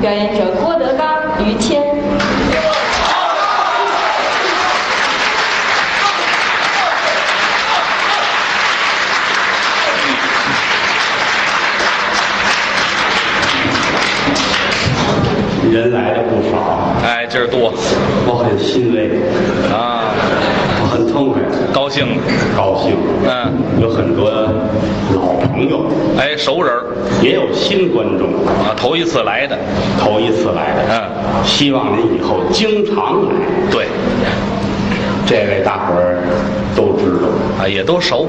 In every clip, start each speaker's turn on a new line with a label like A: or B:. A: 表演者郭德纲、于谦。
B: 人来的不少，
C: 哎，今儿多
B: 我很欣慰，
C: 啊，
B: 我很痛快，
C: 高兴，
B: 高兴。
C: 嗯，
B: 有很多老朋友，
C: 哎，熟人儿
B: 也有新观众，
C: 啊，头一次来的，
B: 头一次来的。
C: 嗯，
B: 希望您以后经常来。
C: 对，
B: 这位大伙儿都知道，
C: 啊，也都熟，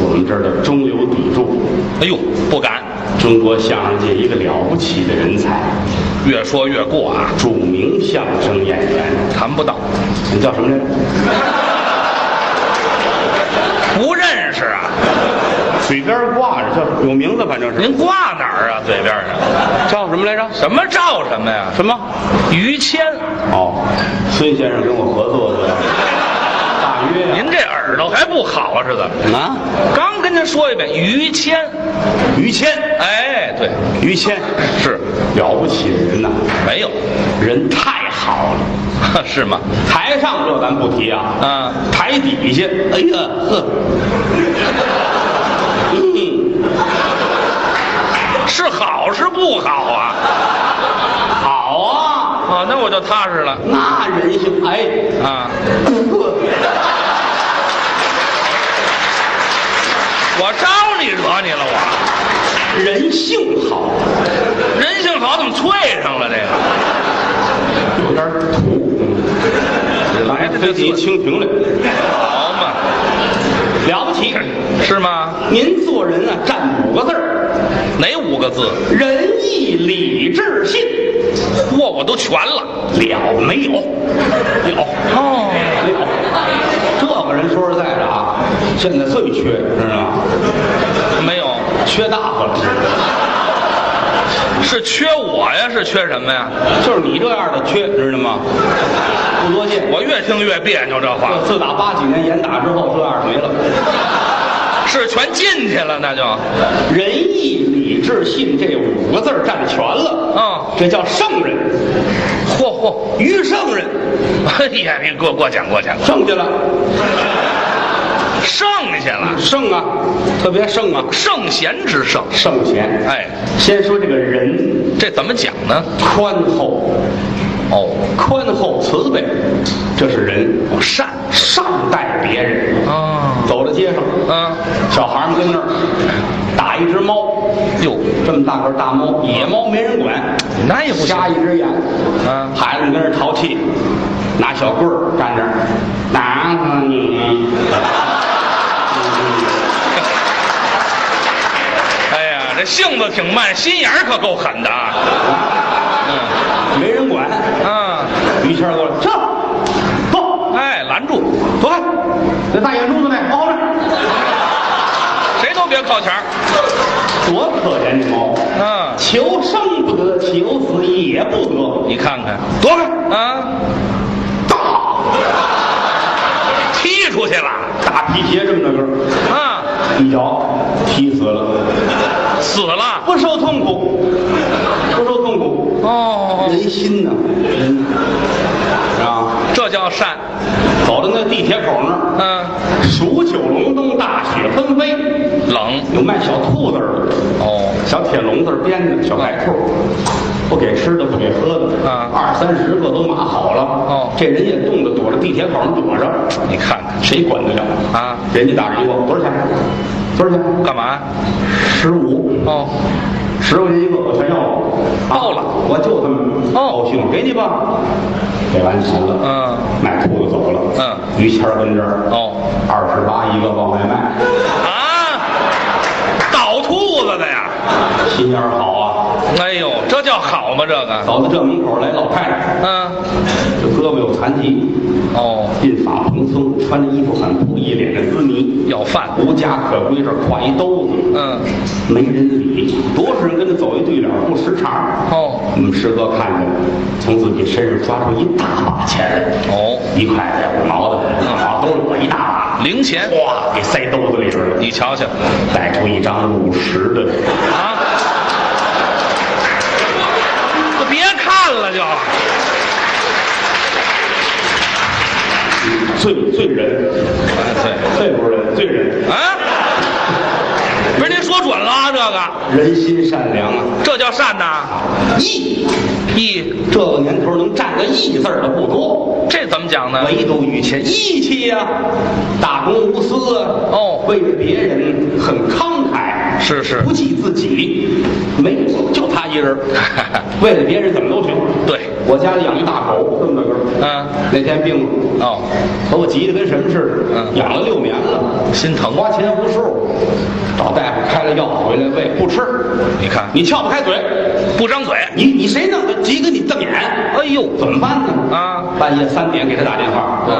B: 我们这儿的中流砥柱，
C: 哎呦，不敢，
B: 中国相声界一个了不起的人才，
C: 越说越过啊，
B: 著名相声演员。
C: 谈不到，
B: 你叫什么来着？
C: 不认识啊，
B: 水边挂着，叫有名字，反正是
C: 您挂哪儿啊？嘴边上，
B: 叫什么来着？
C: 什么照什么呀？
B: 什么？
C: 于谦，
B: 哦，孙先生跟我合作的，大约啊
C: 您这耳朵还不好啊？是怎么？
B: 啊，
C: 刚跟您说一遍，于谦，
B: 于谦，
C: 哎，对，
B: 于谦
C: 是
B: 了不起的人呐、
C: 没有，
B: 人太好了。
C: 是吗？
B: 台上这咱不提啊，
C: 啊
B: 台底下，哎呀，呵，嗯，
C: 是好是不好啊？
B: 好啊，
C: 啊，那我就踏实了
B: 那人性，哎，
C: 啊。
B: 呵
C: 我招你惹你了我？
B: 人性好，
C: 人性好怎么脆上了这个？
B: 有点土，
C: 来的
B: 飞机蜻蜓来，
C: 好嘛？
B: 了不起。
C: 是吗？
B: 您做人啊，占五个字儿：
C: 哪五个字？
B: 仁义礼智信。
C: 嚯，我都全了。
B: 了没有？有
C: 哦，
B: 了。这个人说实在的啊，现在最缺，知道吗？
C: 没有，
B: 缺大发了，
C: 是缺我呀？是缺什么呀？
B: 就是你这样的缺，知道吗？不多见。
C: 我越听越别扭，这话
B: 我自打八几年严打之后，这样没了。
C: 是全进去了，那就
B: 仁义礼智信这五个字儿占全了。
C: 嗯
B: 这叫圣人，
C: 嚯嚯！
B: 于圣人，
C: 哎呀，你给我过奖过奖，
B: 剩下了
C: 剩下了，
B: 圣啊，特别圣啊，
C: 圣贤之圣。
B: 圣贤。
C: 哎，
B: 先说这个人
C: 这怎么讲呢？
B: 宽厚，
C: 哦，
B: 宽厚慈悲，这是人
C: 善
B: 善待别人。
C: 啊，
B: 走到街上，
C: 啊，
B: 小孩们跟那儿打一只猫，
C: 哟，
B: 这么大个大猫，野猫没人管，
C: 那也不行
B: 瞎一只眼。
C: 啊
B: 孩子们跟那儿淘气，拿小棍儿站那儿，打死你！
C: 哎呀，这性子挺慢，心眼儿可够狠的啊！
B: 没人管，
C: 啊，
B: 于谦儿过来，上，走，
C: 哎，拦住，
B: 走开，那大眼珠子那，往后面，
C: 谁都别靠前儿。
B: 多可怜这猫。
C: 啊，
B: 求生不得，求死也不得。
C: 你看看，
B: 躲开！
C: 啊，
B: 大
C: 踢出去了，
B: 大皮鞋这么大个儿，
C: 啊，
B: 一脚踢死了，
C: 死了。
B: 不受痛苦，不受痛苦。
C: 哦，
B: 人心呐，人啊，
C: 这叫善。
B: 走到那地铁口那
C: 嗯、
B: 儿，数九隆冬，大雪纷飞，
C: 冷。
B: 有卖小兔子儿的，
C: 哦，
B: 小铁笼子编的小白兔。不给吃的，不给喝的，
C: 啊
B: 二三十个都码好了。
C: 哦
B: 这人也冻得躲着地铁口上躲着，
C: 你看看
B: 谁管得了
C: 啊
B: 人家打人一个多少钱？多少钱？
C: 干嘛？
B: 十五，
C: 哦，
B: 十块钱一个，我全要了，啊
C: 报了
B: 我就这么
C: 哦
B: 高兴，给你吧。给完钱了，
C: 嗯，
B: 买裤子走了，
C: 嗯，
B: 于谦儿跟这儿，
C: 哦，
B: 二十八一个往外卖，
C: 啊，倒兔子的呀！
B: 心眼儿好啊。
C: 哎呦，这叫好吗？这个，
B: 走到这门口来，老太太，
C: 嗯、
B: 这胳膊有残疾，
C: 哦，
B: 鬓发蓬松，穿的衣服很破，一脸的滋泥，
C: 要饭。
B: 无家可归，这儿挎一兜子，
C: 嗯，
B: 没人理，多少人跟他走一对脸不识茬。
C: 哦，
B: 我们师哥看着，从自己身上抓出一大把钱来，
C: 哦，
B: 一块五毛的，往兜里一大
C: 零钱
B: 把，，哗给塞兜子里边了。
C: 你瞧啊瞧。
B: 带出一张五十的，
C: 啊！别干了就。
B: 罪罪人，
C: 哎对，
B: 罪不是人，罪人，
C: 啊，不是您说准了啊，这
B: 人心善良啊。
C: 个这叫善呐，
B: 义，
C: 义，
B: 这个年头能占个义字儿的不多，
C: 这怎么讲呢？
B: 唯独以前义气呀、大公无私啊，
C: 哦
B: 为了别人很慷慨，
C: 是是
B: 不计自己，没有就他一 人儿，为了别人怎么都行。
C: 对，
B: 我家里养一大狗，这么大个儿，
C: 嗯，
B: 那天病了，
C: 哦，
B: 把我急得跟什么似的，
C: 嗯
B: 养了六年了。
C: 心疼
B: 花钱无数，找大夫开了药回来喂，不吃，
C: 你看
B: 你撬不开嘴，
C: 不张嘴，
B: 你你谁弄的？急跟你瞪眼，哎呦，怎么办呢？
C: 啊，
B: 半夜三点给他打电话，
C: 嗯，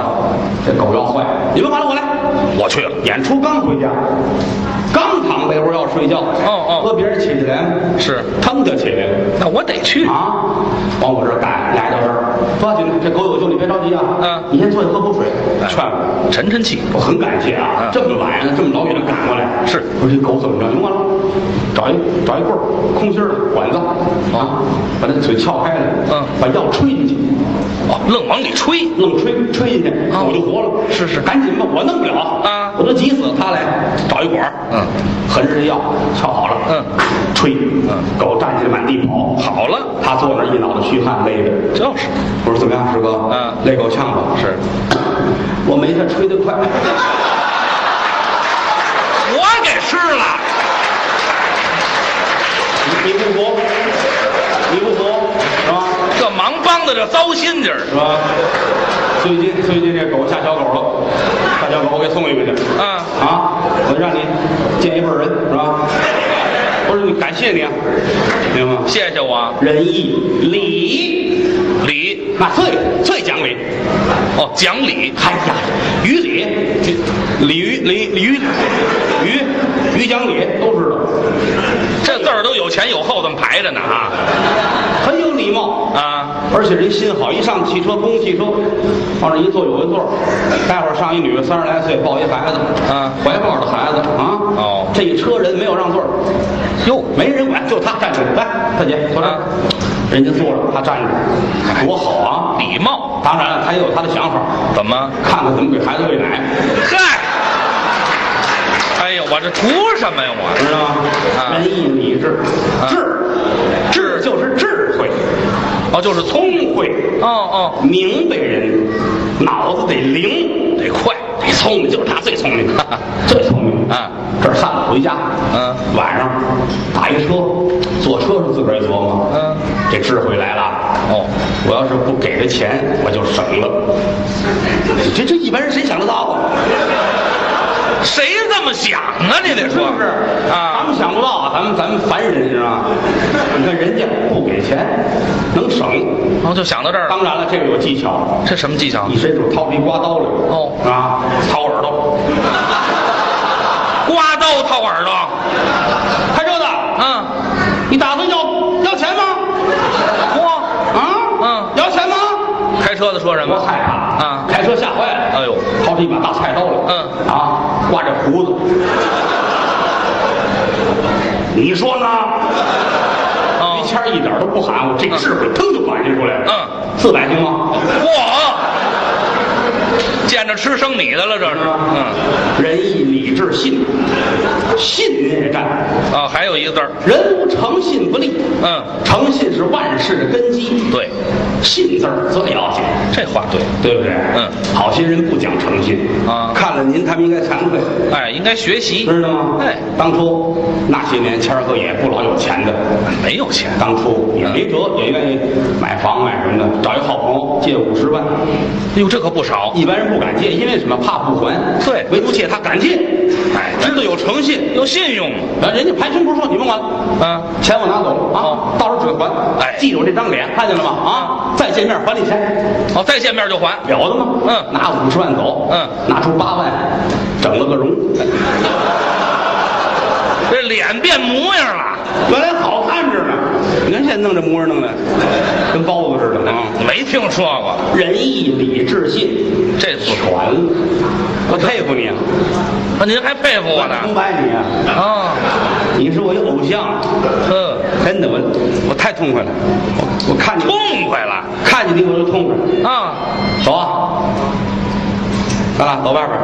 B: 这狗要坏，你们完了我来。
C: 我去了，
B: 演出刚回家，刚躺被窝要睡觉，
C: 哦哦
B: 搁别人起来
C: 是
B: 腾就起来了
C: 那我得去，
B: 啊，往我这儿赶，俩小时，抓紧，这狗有救，你别着急啊，
C: 嗯
B: 你先坐下喝口水，劝我。
C: 哎沉沉气，
B: 我很感谢啊，
C: 嗯
B: 这么晚这么老远赶过来，
C: 是
B: 我说这狗怎么着？您完了，找一找一棍儿，空心儿的管子啊，把那嘴撬开了，
C: 嗯
B: 把药吹进去，
C: 哦，愣往里吹，
B: 愣吹吹进去，
C: 啊
B: 狗就活了。
C: 是是
B: 赶紧吧，我弄不了
C: 啊
B: 我都急死了。他来找一管儿，
C: 嗯，
B: 横着这药撬好了，
C: 嗯，
B: 吹，
C: 嗯，
B: 狗站起来满地跑，
C: 好了，
B: 他坐那儿一脑袋虚汗，累的。
C: 就是，
B: 我说怎么样，师哥？
C: 嗯
B: 累够呛吧？
C: 是，
B: 我没他吹得快。
C: 我给吃了，
B: 你你不服？你不服是吧？
C: 这盲帮的这糟心劲儿
B: 是吧？最近最近这狗下小狗了，下小狗我给送一个去。
C: 啊，
B: 啊，我让你见一份人是吧？不是，你感谢你啊，明白吗？
C: 谢谢我啊，
B: 仁义礼，
C: 礼，
B: 那最最讲理。
C: 哦，讲理，
B: 哎呀，于理，这鲤鱼鲤鲤鱼鱼鱼讲理都知道，
C: 这字儿都有前有后，怎么排着呢啊？
B: 很有礼貌。
C: 啊，
B: 而且人心好，一上汽车公汽车，往那一坐有一座儿。待会儿上一女的，三十来岁，抱一孩子，
C: 嗯
B: 怀抱着孩子啊，
C: 哦
B: 这一车人没有让座儿，
C: 哟，
B: 没人管，就他站着。来，大姐坐这儿
C: 啊，
B: 人家坐着，他站着，多好啊！
C: 礼貌，
B: 当然了，他也有他的想法，
C: 怎么？
B: 看看怎么给孩子喂奶，
C: 嗨，哎呦，我这图什么呀我？
B: 知道吗？
C: 啊
B: 仁义礼智，
C: 啊
B: 智，智就是智慧，
C: 哦，就是聪，
B: 聪慧，
C: 哦哦，
B: 明白人，脑子得灵。
C: 得快，
B: 最聪明就是他最聪明，最聪明
C: 啊！
B: 这儿散了回家，
C: 嗯
B: 晚上打一车，坐车时自个儿也琢磨，
C: 嗯，
B: 这智慧来了。
C: 哦，
B: 我要是不给他钱，我就省了。这这一般人谁想得到啊？
C: 谁这么想啊？你得
B: 是
C: 说
B: 不是咱
C: 啊，
B: 们想不到啊，咱们咱们凡人是吧？你看人家不给钱，能省。
C: 然后就想到这儿了。
B: 当然了，这个有技巧，
C: 这什么技巧
B: 一？伸手掏出一刮刀来，
C: 哦
B: 啊，掏耳朵，
C: 刮刀掏耳朵？
B: 看这的，
C: 嗯，
B: 你打算要要钱吗？
C: 嚯，
B: 啊，
C: 嗯
B: 要钱吗？
C: 开车的说什
B: 我
C: 么？
B: 害怕
C: 啊
B: 开车吓坏了。
C: 哎呦，
B: 掏出一把大菜刀来，
C: 嗯
B: 啊，挂着胡子，你说呢？于
C: 哦，
B: 谦儿一点都不喊我，这智慧腾就表现出来了。
C: 嗯，
B: 四百行吗？
C: 嚯，见着吃生米的了，这是。嗯，
B: 嗯，仁义礼智信，信您也占。
C: 啊，还有一个字儿，
B: 人无诚信不立，
C: 嗯，
B: 诚信是万事的根基。
C: 对，
B: 信字儿最要紧。
C: 这话对。
B: 对不对？
C: 嗯，
B: 好些人不讲诚信
C: 啊
B: 看了您，他们应该惭愧，
C: 哎，应该学习，
B: 知道吗？
C: 哎，
B: 当初那些年，谦儿哥也不老有钱的，
C: 没有钱，啊
B: 当初也没辙，也愿意买房买什么的，找一好朋友借五十万，
C: 哎呦，这可不少。
B: 一般人不敢借，因为什么？怕不还。
C: 对
B: 唯独借他敢借，
C: 哎
B: 知道有诚信。
C: 有信用
B: 然后人家盘旋不说，你甭管，
C: 啊，
B: 钱我拿走了啊，到时候准还。
C: 哦哎
B: 记着我这张脸，看见了吗？啊，再见面还你钱。
C: 哦，再见面就还，
B: 了得吗？
C: 嗯
B: 拿五十万走，
C: 嗯
B: 拿出八万，整了个容，
C: 这脸变模样了，
B: 原来好看着呢。你看现在弄这模样弄的，跟包子似的啊！
C: 没听说过，
B: 仁义礼智信，
C: 这不
B: 全了，我佩服你啊，
C: 啊，您还佩服我
B: 崇
C: 呢，
B: 拜你啊！
C: 啊，
B: 你是我一偶像，
C: 嗯，
B: 真的，我我太痛快了。我我看见
C: 痛快了
B: 看见你我就痛快，
C: 啊！
B: 走啊！咱俩走外边儿，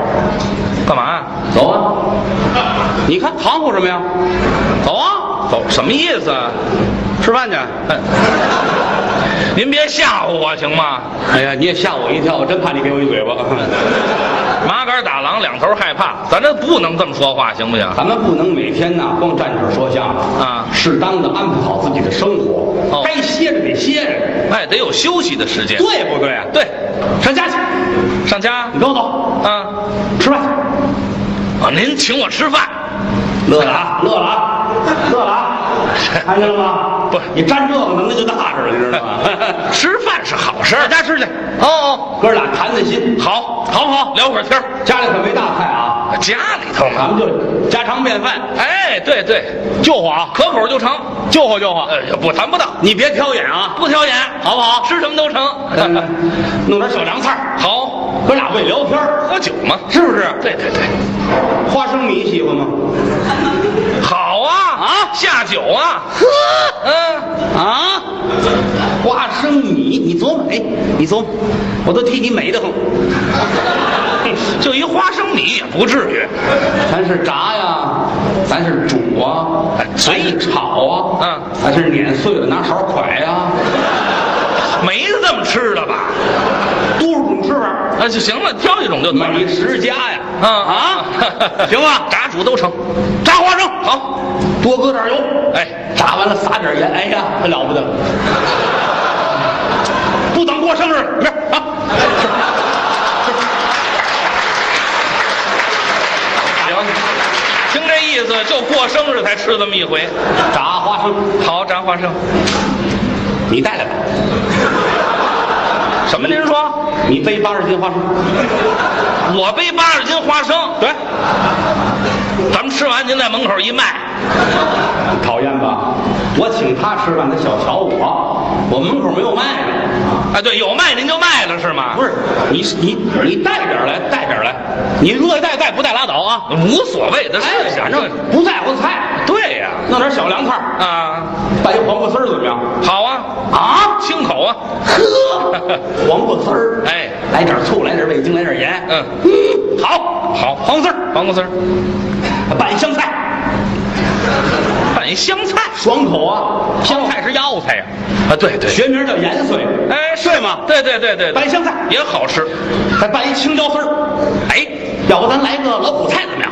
C: 干嘛？
B: 走啊！你看含糊什么呀？走啊，
C: 走什么意思啊？哎
B: 吃饭去。
C: 您别吓唬我行吗？
B: 哎呀，你也吓我一跳，我真怕你给我一嘴巴。
C: 麻杆打狼，两头害怕，咱这不能这么说话，行不行？
B: 咱们不能每天呐光站这儿说相声
C: 啊
B: 适当的安排好自己的生活，
C: 哦
B: 该歇着得歇着，
C: 哎，得有休息的时间。
B: 对不对？，
C: 对，
B: 上家去，
C: 上家
B: 你跟我走，
C: 啊
B: 吃饭去。
C: 啊！您请我吃饭，
B: 乐了啊，乐了啊，乐了啊，看见了吗？
C: 不是
B: 你沾这个能耐就大着了，你知道 吗？
C: 吃饭是好事。
B: 上家吃去，
C: 哦
B: 哥俩谈谈心。
C: 哦，好，好不好？聊会儿天儿
B: 家里可没大菜啊，
C: 家里头嘛。
B: 咱们就家常便饭，
C: 哎，对对，
B: 就火啊，
C: 可口就成。
B: 就火就火。
C: 呃，不谈不到，
B: 你别挑眼啊，
C: 不挑眼，好不好？呃吃什么都成。
B: 弄点小凉菜儿，
C: 好，
B: 哥俩为聊天儿
C: 喝酒嘛。
B: 是不是？
C: 对对对，
B: 花生米喜欢吗？
C: 好啊啊，下酒啊。呵，嗯，
B: 啊，花生米，你琢磨，哎，你琢磨，我都替你美得很。
C: 嗯就一花生米也不至于。
B: 咱是炸呀，咱是煮啊，咱是炒啊，
C: 嗯
B: 咱是碾碎了拿勺儿㧟呀，
C: 没这么吃的吧？
B: 多少种吃法，
C: 啊，就行了，挑一种就得了。
B: 美食家呀。
C: 啊啊， 行吧，炸煮都成，炸花生好。
B: 多搁点油，
C: 哎，
B: 炸完了撒点盐，哎呀，可了不得了。不等过生日，不是啊。
C: 行，听这意思就过生日才吃这么一回。
B: 炸花生，
C: 好，炸花生，
B: 你带来吧。
C: 什么？您说
B: 你背八十斤花生，
C: 我背八十斤花生，
B: 对，
C: 咱们吃完您在门口一卖，
B: 讨厌吧？我请他吃饭，他小瞧我，我门口没有卖的。
C: 啊，对，有卖您就卖了是吗？
B: 不是，你你你带点儿来，带点儿来，你乐意带带，不带拉倒啊。
C: 无所谓的事
B: 哎，
C: 情，
B: 反正不在乎菜，
C: 对呀，
B: 弄点小凉菜儿，
C: 啊，
B: 带一黄瓜丝儿怎么样？
C: 好啊啊，清口啊，
B: 呵， 黄瓜丝儿，
C: 哎
B: 来点醋，来点味精，来点盐，
C: 嗯
B: 好，
C: 好，
B: 黄丝儿，
C: 黄瓜丝儿，
B: 拌香菜，
C: 拌一香菜，
B: 爽口啊！香菜是药材呀、
C: 啊，对对
B: 学名叫盐水，
C: 哎，
B: 对吗？
C: 对对对对，
B: 拌香菜，
C: 也好吃。
B: 再拌一青椒丝儿，
C: 哎，
B: 要不咱来个老虎菜怎么样？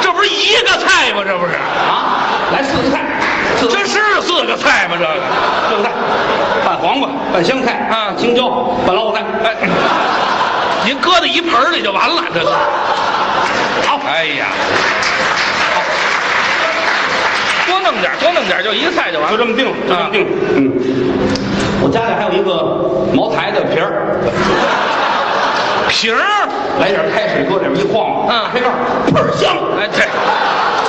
C: 这不是一个菜吗？这不是？
B: 啊，来四个菜，四个
C: 这是四个菜吗？这个？
B: 四个菜，拌黄瓜，拌香菜，
C: 啊
B: 青椒，拌老虎菜，哎，
C: 哎您搁到一盆儿里就完了，这个。好，哎呀，多弄点儿，多弄点儿，就一个菜就完
B: 就
C: 了。
B: 这么定了，就这么定
C: 啊
B: 了。嗯，我家里还有一个茅台的瓶儿。
C: 啊瓶儿，
B: 来点开水，搁里边一晃，
C: 嗯
B: 开盖儿倍儿香。
C: 哎对，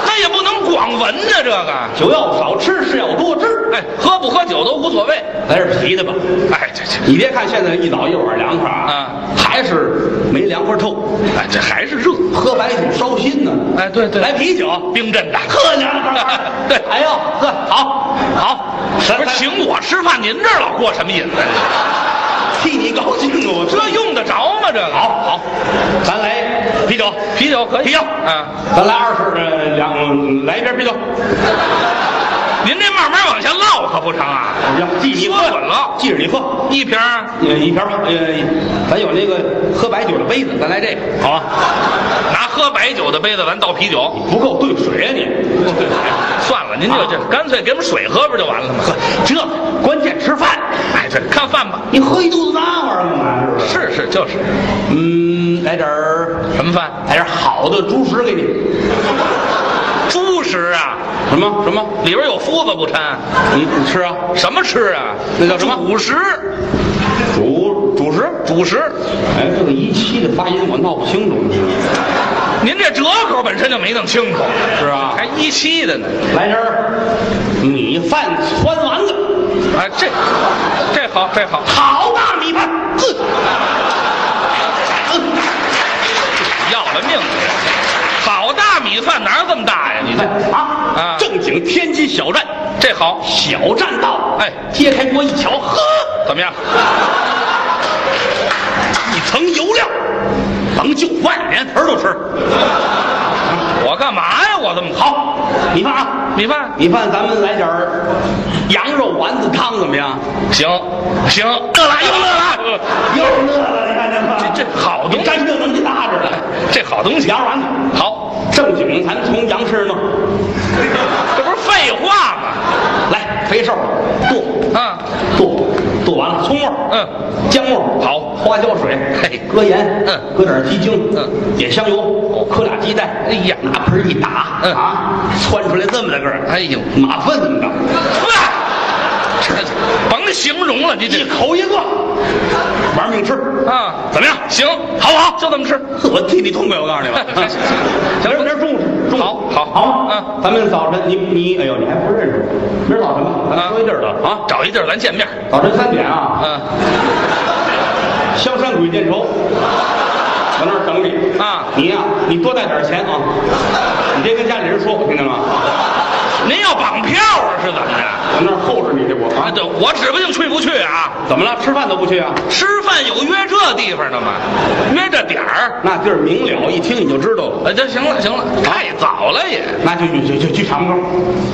C: 那也不能光闻呢，这个。
B: 酒要少吃，事要多知。
C: 哎，喝不喝酒都无所谓。
B: 来点啤的吧。
C: 哎，这这，
B: 你别看现在一早一晚凉快啊，
C: 嗯
B: 还是没凉快透。
C: 哎这还是热。
B: 喝白酒烧心呢。
C: 哎，对对，
B: 来啤酒，
C: 冰镇的。
B: 喝凉快儿。
C: 对
B: 哎呦，喝好，好，
C: 不是请我吃饭，您这儿老过什么瘾呢？
B: 替你高兴啊！我
C: 这用得着吗？这个
B: 好好，咱来啤酒，
C: 啤酒可以
B: 啤酒
C: 啊，
B: 咱来二十的两，来一瓶啤酒。
C: 您这慢慢往下唠可不成啊！
B: 记你喝
C: 说滚了
B: 记着你喝。
C: 一瓶儿，
B: 呃，一瓶儿吧，呃，咱有那个喝白酒的杯子，咱来这个，好啊吧？
C: 拿喝白酒的杯子，咱倒啤酒。
B: 不够兑水啊你， 不够兑水，
C: 算了，
B: 啊
C: 您就这干脆给我们水喝不就完了吗？
B: 这关键吃饭，
C: 哎，对，看饭吧。
B: 你喝一肚子那玩意儿干嘛？是不是？
C: 是是就是，
B: 嗯，来点儿，
C: 什么饭？
B: 来点儿好的主食给你，
C: 猪食啊，
B: 什么什么？
C: 里边有麸子不掺，
B: 你你吃啊？
C: 什么吃啊？
B: 那叫什么
C: 主食，
B: 主主食？
C: 主食。
B: 哎，这个一期的发音我闹不清楚，
C: 您这折口本身就没弄清楚，
B: 是啊
C: 还一期的呢。
B: 来点儿米饭穿丸子，
C: 哎，这这好这好，
B: 好大米饭，嗯嗯，
C: 要了命了！好大米饭哪有这么大呀？你
B: 哎
C: 这
B: 啊
C: 啊
B: 正经天津小站。
C: 这好，
B: 小站道
C: 哎，揭开锅一瞧，呵，怎么样？一层油亮，能就饭，连盆儿都吃。我干嘛呀？我这么好？
B: 米饭啊，
C: 米饭
B: 米饭，咱们来点儿羊肉丸子汤怎么样？呃
C: 行行，饿了又饿了，
B: 又饿了，你看这个
C: 这这好东
B: 你
C: 西，
B: 干这能给搭着了。
C: 这好东西
B: 羊肉丸子
C: 好，
B: 正经，咱从羊身上 弄。
C: 这不是废话吗？
B: 来，肥瘦剁
C: 啊，
B: 剁剁完了，葱末，
C: 嗯，
B: 姜末，
C: 好
B: 花椒水，
C: 嘿
B: 搁盐，
C: 嗯
B: 搁点鸡精，
C: 嗯，哦
B: 点香油，磕俩鸡蛋，
C: 哎呀
B: 拿盆一打，
C: 嗯
B: 啊，窜出来这么大个儿，
C: 哎呦
B: 马粪这么大，
C: 啊这甭形容了，你这
B: 一口一个，玩命吃，
C: 啊，
B: 怎么样？
C: 行，好不好？就这么吃。，
B: 我替你痛快，我告诉你吧
C: 行行
B: 明儿中午吃，中午
C: 好好
B: 好吗？
C: 嗯，
B: 咱们早晨，你你，哎呦，你还不认识我？明儿早晨吧，咱们
C: 啊
B: 说一地儿了啊。
C: 找一地儿咱见面。
B: 早晨三点啊，
C: 嗯，
B: 香山鬼 见愁，我那儿等你
C: 啊
B: 你呀、你多带点钱啊，你别跟家里人说，听见吗？
C: 您要绑票啊？是怎么的？
B: 我那儿候着你去，我
C: 啊，
B: 啊，
C: 对，我指不定去不去啊。
B: 怎么了？吃饭都不去啊？
C: 吃饭有约这地方的吗？约这点儿，
B: 那地儿明了，一听你就知道了，
C: 呃，这行了行了，太早了也。
B: 那就就就就剧场门口，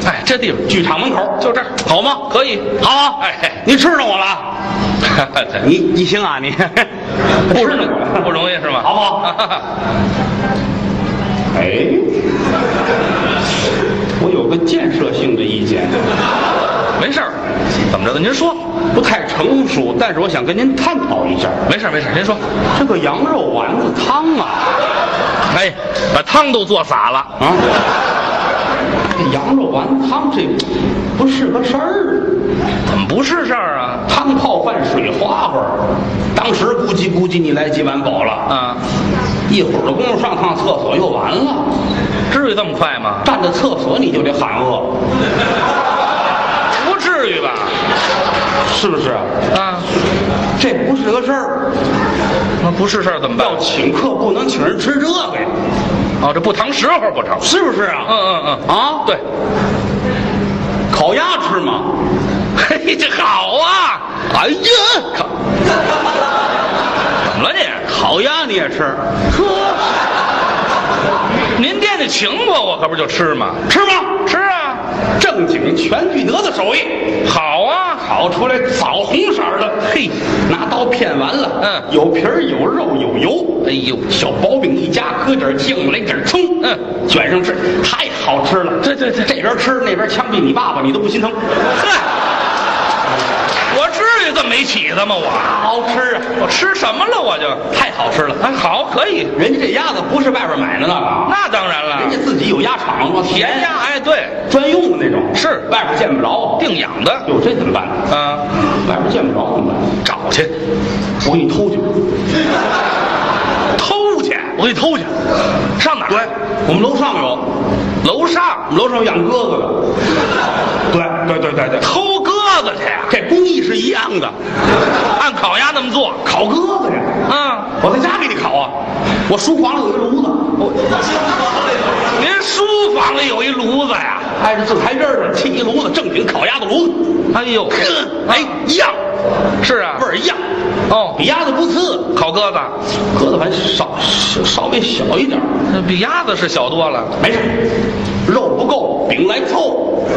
C: 哎，这地方
B: 剧场门口
C: 就这儿，
B: 好吗？
C: 可以。
B: 好啊，
C: 哎，
B: 您吃上我了啊，你你行 啊你，
C: 不
B: 吃
C: 容
B: 上我
C: 易，
B: 了
C: 不容易是吧？
B: 好不好？哎，我有个建设性的意见。
C: 没事儿，怎么着的？您说，
B: 不太成熟，但是我想跟您探讨一下
C: 没事儿没事儿，您说。
B: 这个羊肉丸子汤啊
C: 哎，把汤都做洒了，
B: 啊，这羊肉丸子汤这不是个事儿，
C: 怎么不是事儿啊？
B: 汤泡饭水花花，当时估计估计你来几碗饱了啊，
C: 啊，
B: 一会儿的功夫上趟厕所又完了，
C: 至于这么快吗？
B: 站在厕所你就得喊饿，
C: 不至于吧？
B: 是不是啊？
C: 啊，
B: 这不是个事儿，
C: 那不是事儿怎么办
B: 要？请客不能请人吃这个呀，
C: 哦，这不堂时候不成？
B: 是不是
C: 嗯
B: 啊？
C: 嗯嗯，
B: 啊，
C: 对，
B: 烤鸭吃吗？
C: 嘿，这好啊！
B: 哎呀，烤
C: 怎么了你？
B: 烤鸭你也吃？
C: 您惦记请我，我可不就吃吗？
B: 吃吗？
C: 吃啊，
B: 正经全聚德的手艺，
C: 好啊，
B: 烤出来枣红色儿的，嘿，拿刀片完了，
C: 嗯
B: 有皮儿有肉有油，
C: 哎呦，
B: 小薄饼一夹，搁点酱，来点葱，
C: 嗯，
B: 卷上吃，太好吃了。
C: 对对对
B: 这边吃那边枪毙你爸爸，你都不心疼，
C: 呵，我至于这么没起子吗？我
B: 好吃啊，
C: 我吃什么了？我就
B: 太好吃了。
C: 哎，好，可以，
B: 人家这鸭子不是外边买的那个啊，
C: 那当然
B: 人家
C: 了，
B: 自己有鸭场，往
C: 甜呀，哎，对，
B: 专用的那种，
C: 是
B: 外边见不着。
C: 定养的，
B: 哟，这怎么办？
C: 啊，
B: 外边见不着怎么办？
C: 找去，
B: 我给你偷去。
C: 偷去，我给你偷去，上哪儿？
B: 对，我们楼上有，
C: 楼上
B: 我们楼上有养鸽子的。对对对对对，
C: 偷鸽子去呀，啊
B: 这工艺是一样的，
C: 按烤鸭那么做，
B: 烤鸽子呀。
C: 啊。
B: 我在家给你烤啊，我书房里有一炉子，
C: 您书房里有一炉子呀？
B: 挨着自台边上砌一炉子，正经烤鸭子炉子，
C: 哎呦，
B: 哎，一样
C: 是啊
B: 味，儿一样，
C: 哦，
B: 比鸭子不次，
C: 烤鸽子，
B: 鸽子还稍稍稍微小一点儿，
C: 那比鸭子是小多了。
B: 没事，肉不够，饼来凑，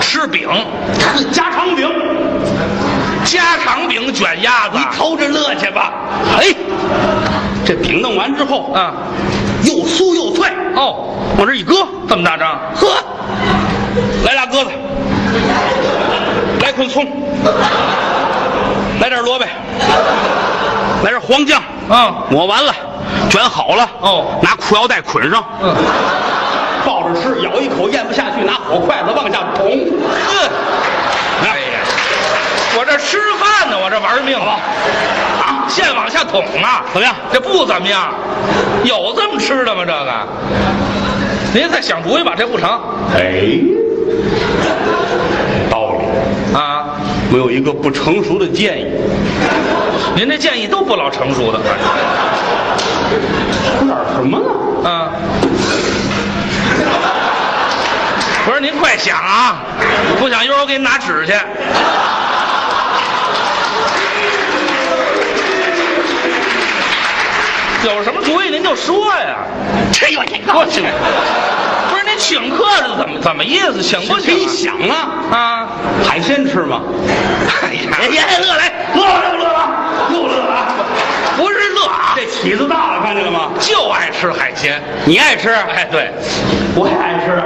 C: 吃饼，
B: 呵家常饼，
C: 家常饼卷鸭子
B: 你，偷着乐去吧。
C: 哎，
B: 这饼弄完之后，
C: 啊，
B: 又酥又脆，
C: 哦，
B: 往这一搁，
C: 这么大张，
B: 呵，来俩鸽子，来捆葱，来点萝卜，来点黄酱，
C: 啊，
B: 抹完了，卷好了，
C: 哦
B: 拿裤腰带捆上，
C: 嗯，
B: 抱着吃，咬一口咽不下去，拿火筷子往下捅。
C: 呵，
B: 嗯
C: 哎呀，我这吃饭呢，我这玩命了，啊，现往下捅啊，
B: 怎么样？
C: 这不怎么样，有这么吃的吗？这个，您再想主意吧，这不成
B: 哎，道理，
C: 啊。
B: 我有一个不成熟的建议，
C: 您这建议都不老成熟的，反正
B: 吃点什么呢？
C: 啊，不是您快想啊，不想一会儿我给你拿纸去。有什么主意您就说呀，
B: 这有你
C: 过去。不是您请客是怎么怎么意思？请不请
B: 你想啊，
C: 啊？啊，
B: 海鲜吃吗？哎呀，
C: 别别乐来，
B: 乐了乐了乐了啊！
C: 不是乐啊，
B: 这起子大了，看见了吗？
C: 就爱吃海鲜。
B: 你爱吃，啊
C: 哎，对，
B: 我也爱吃。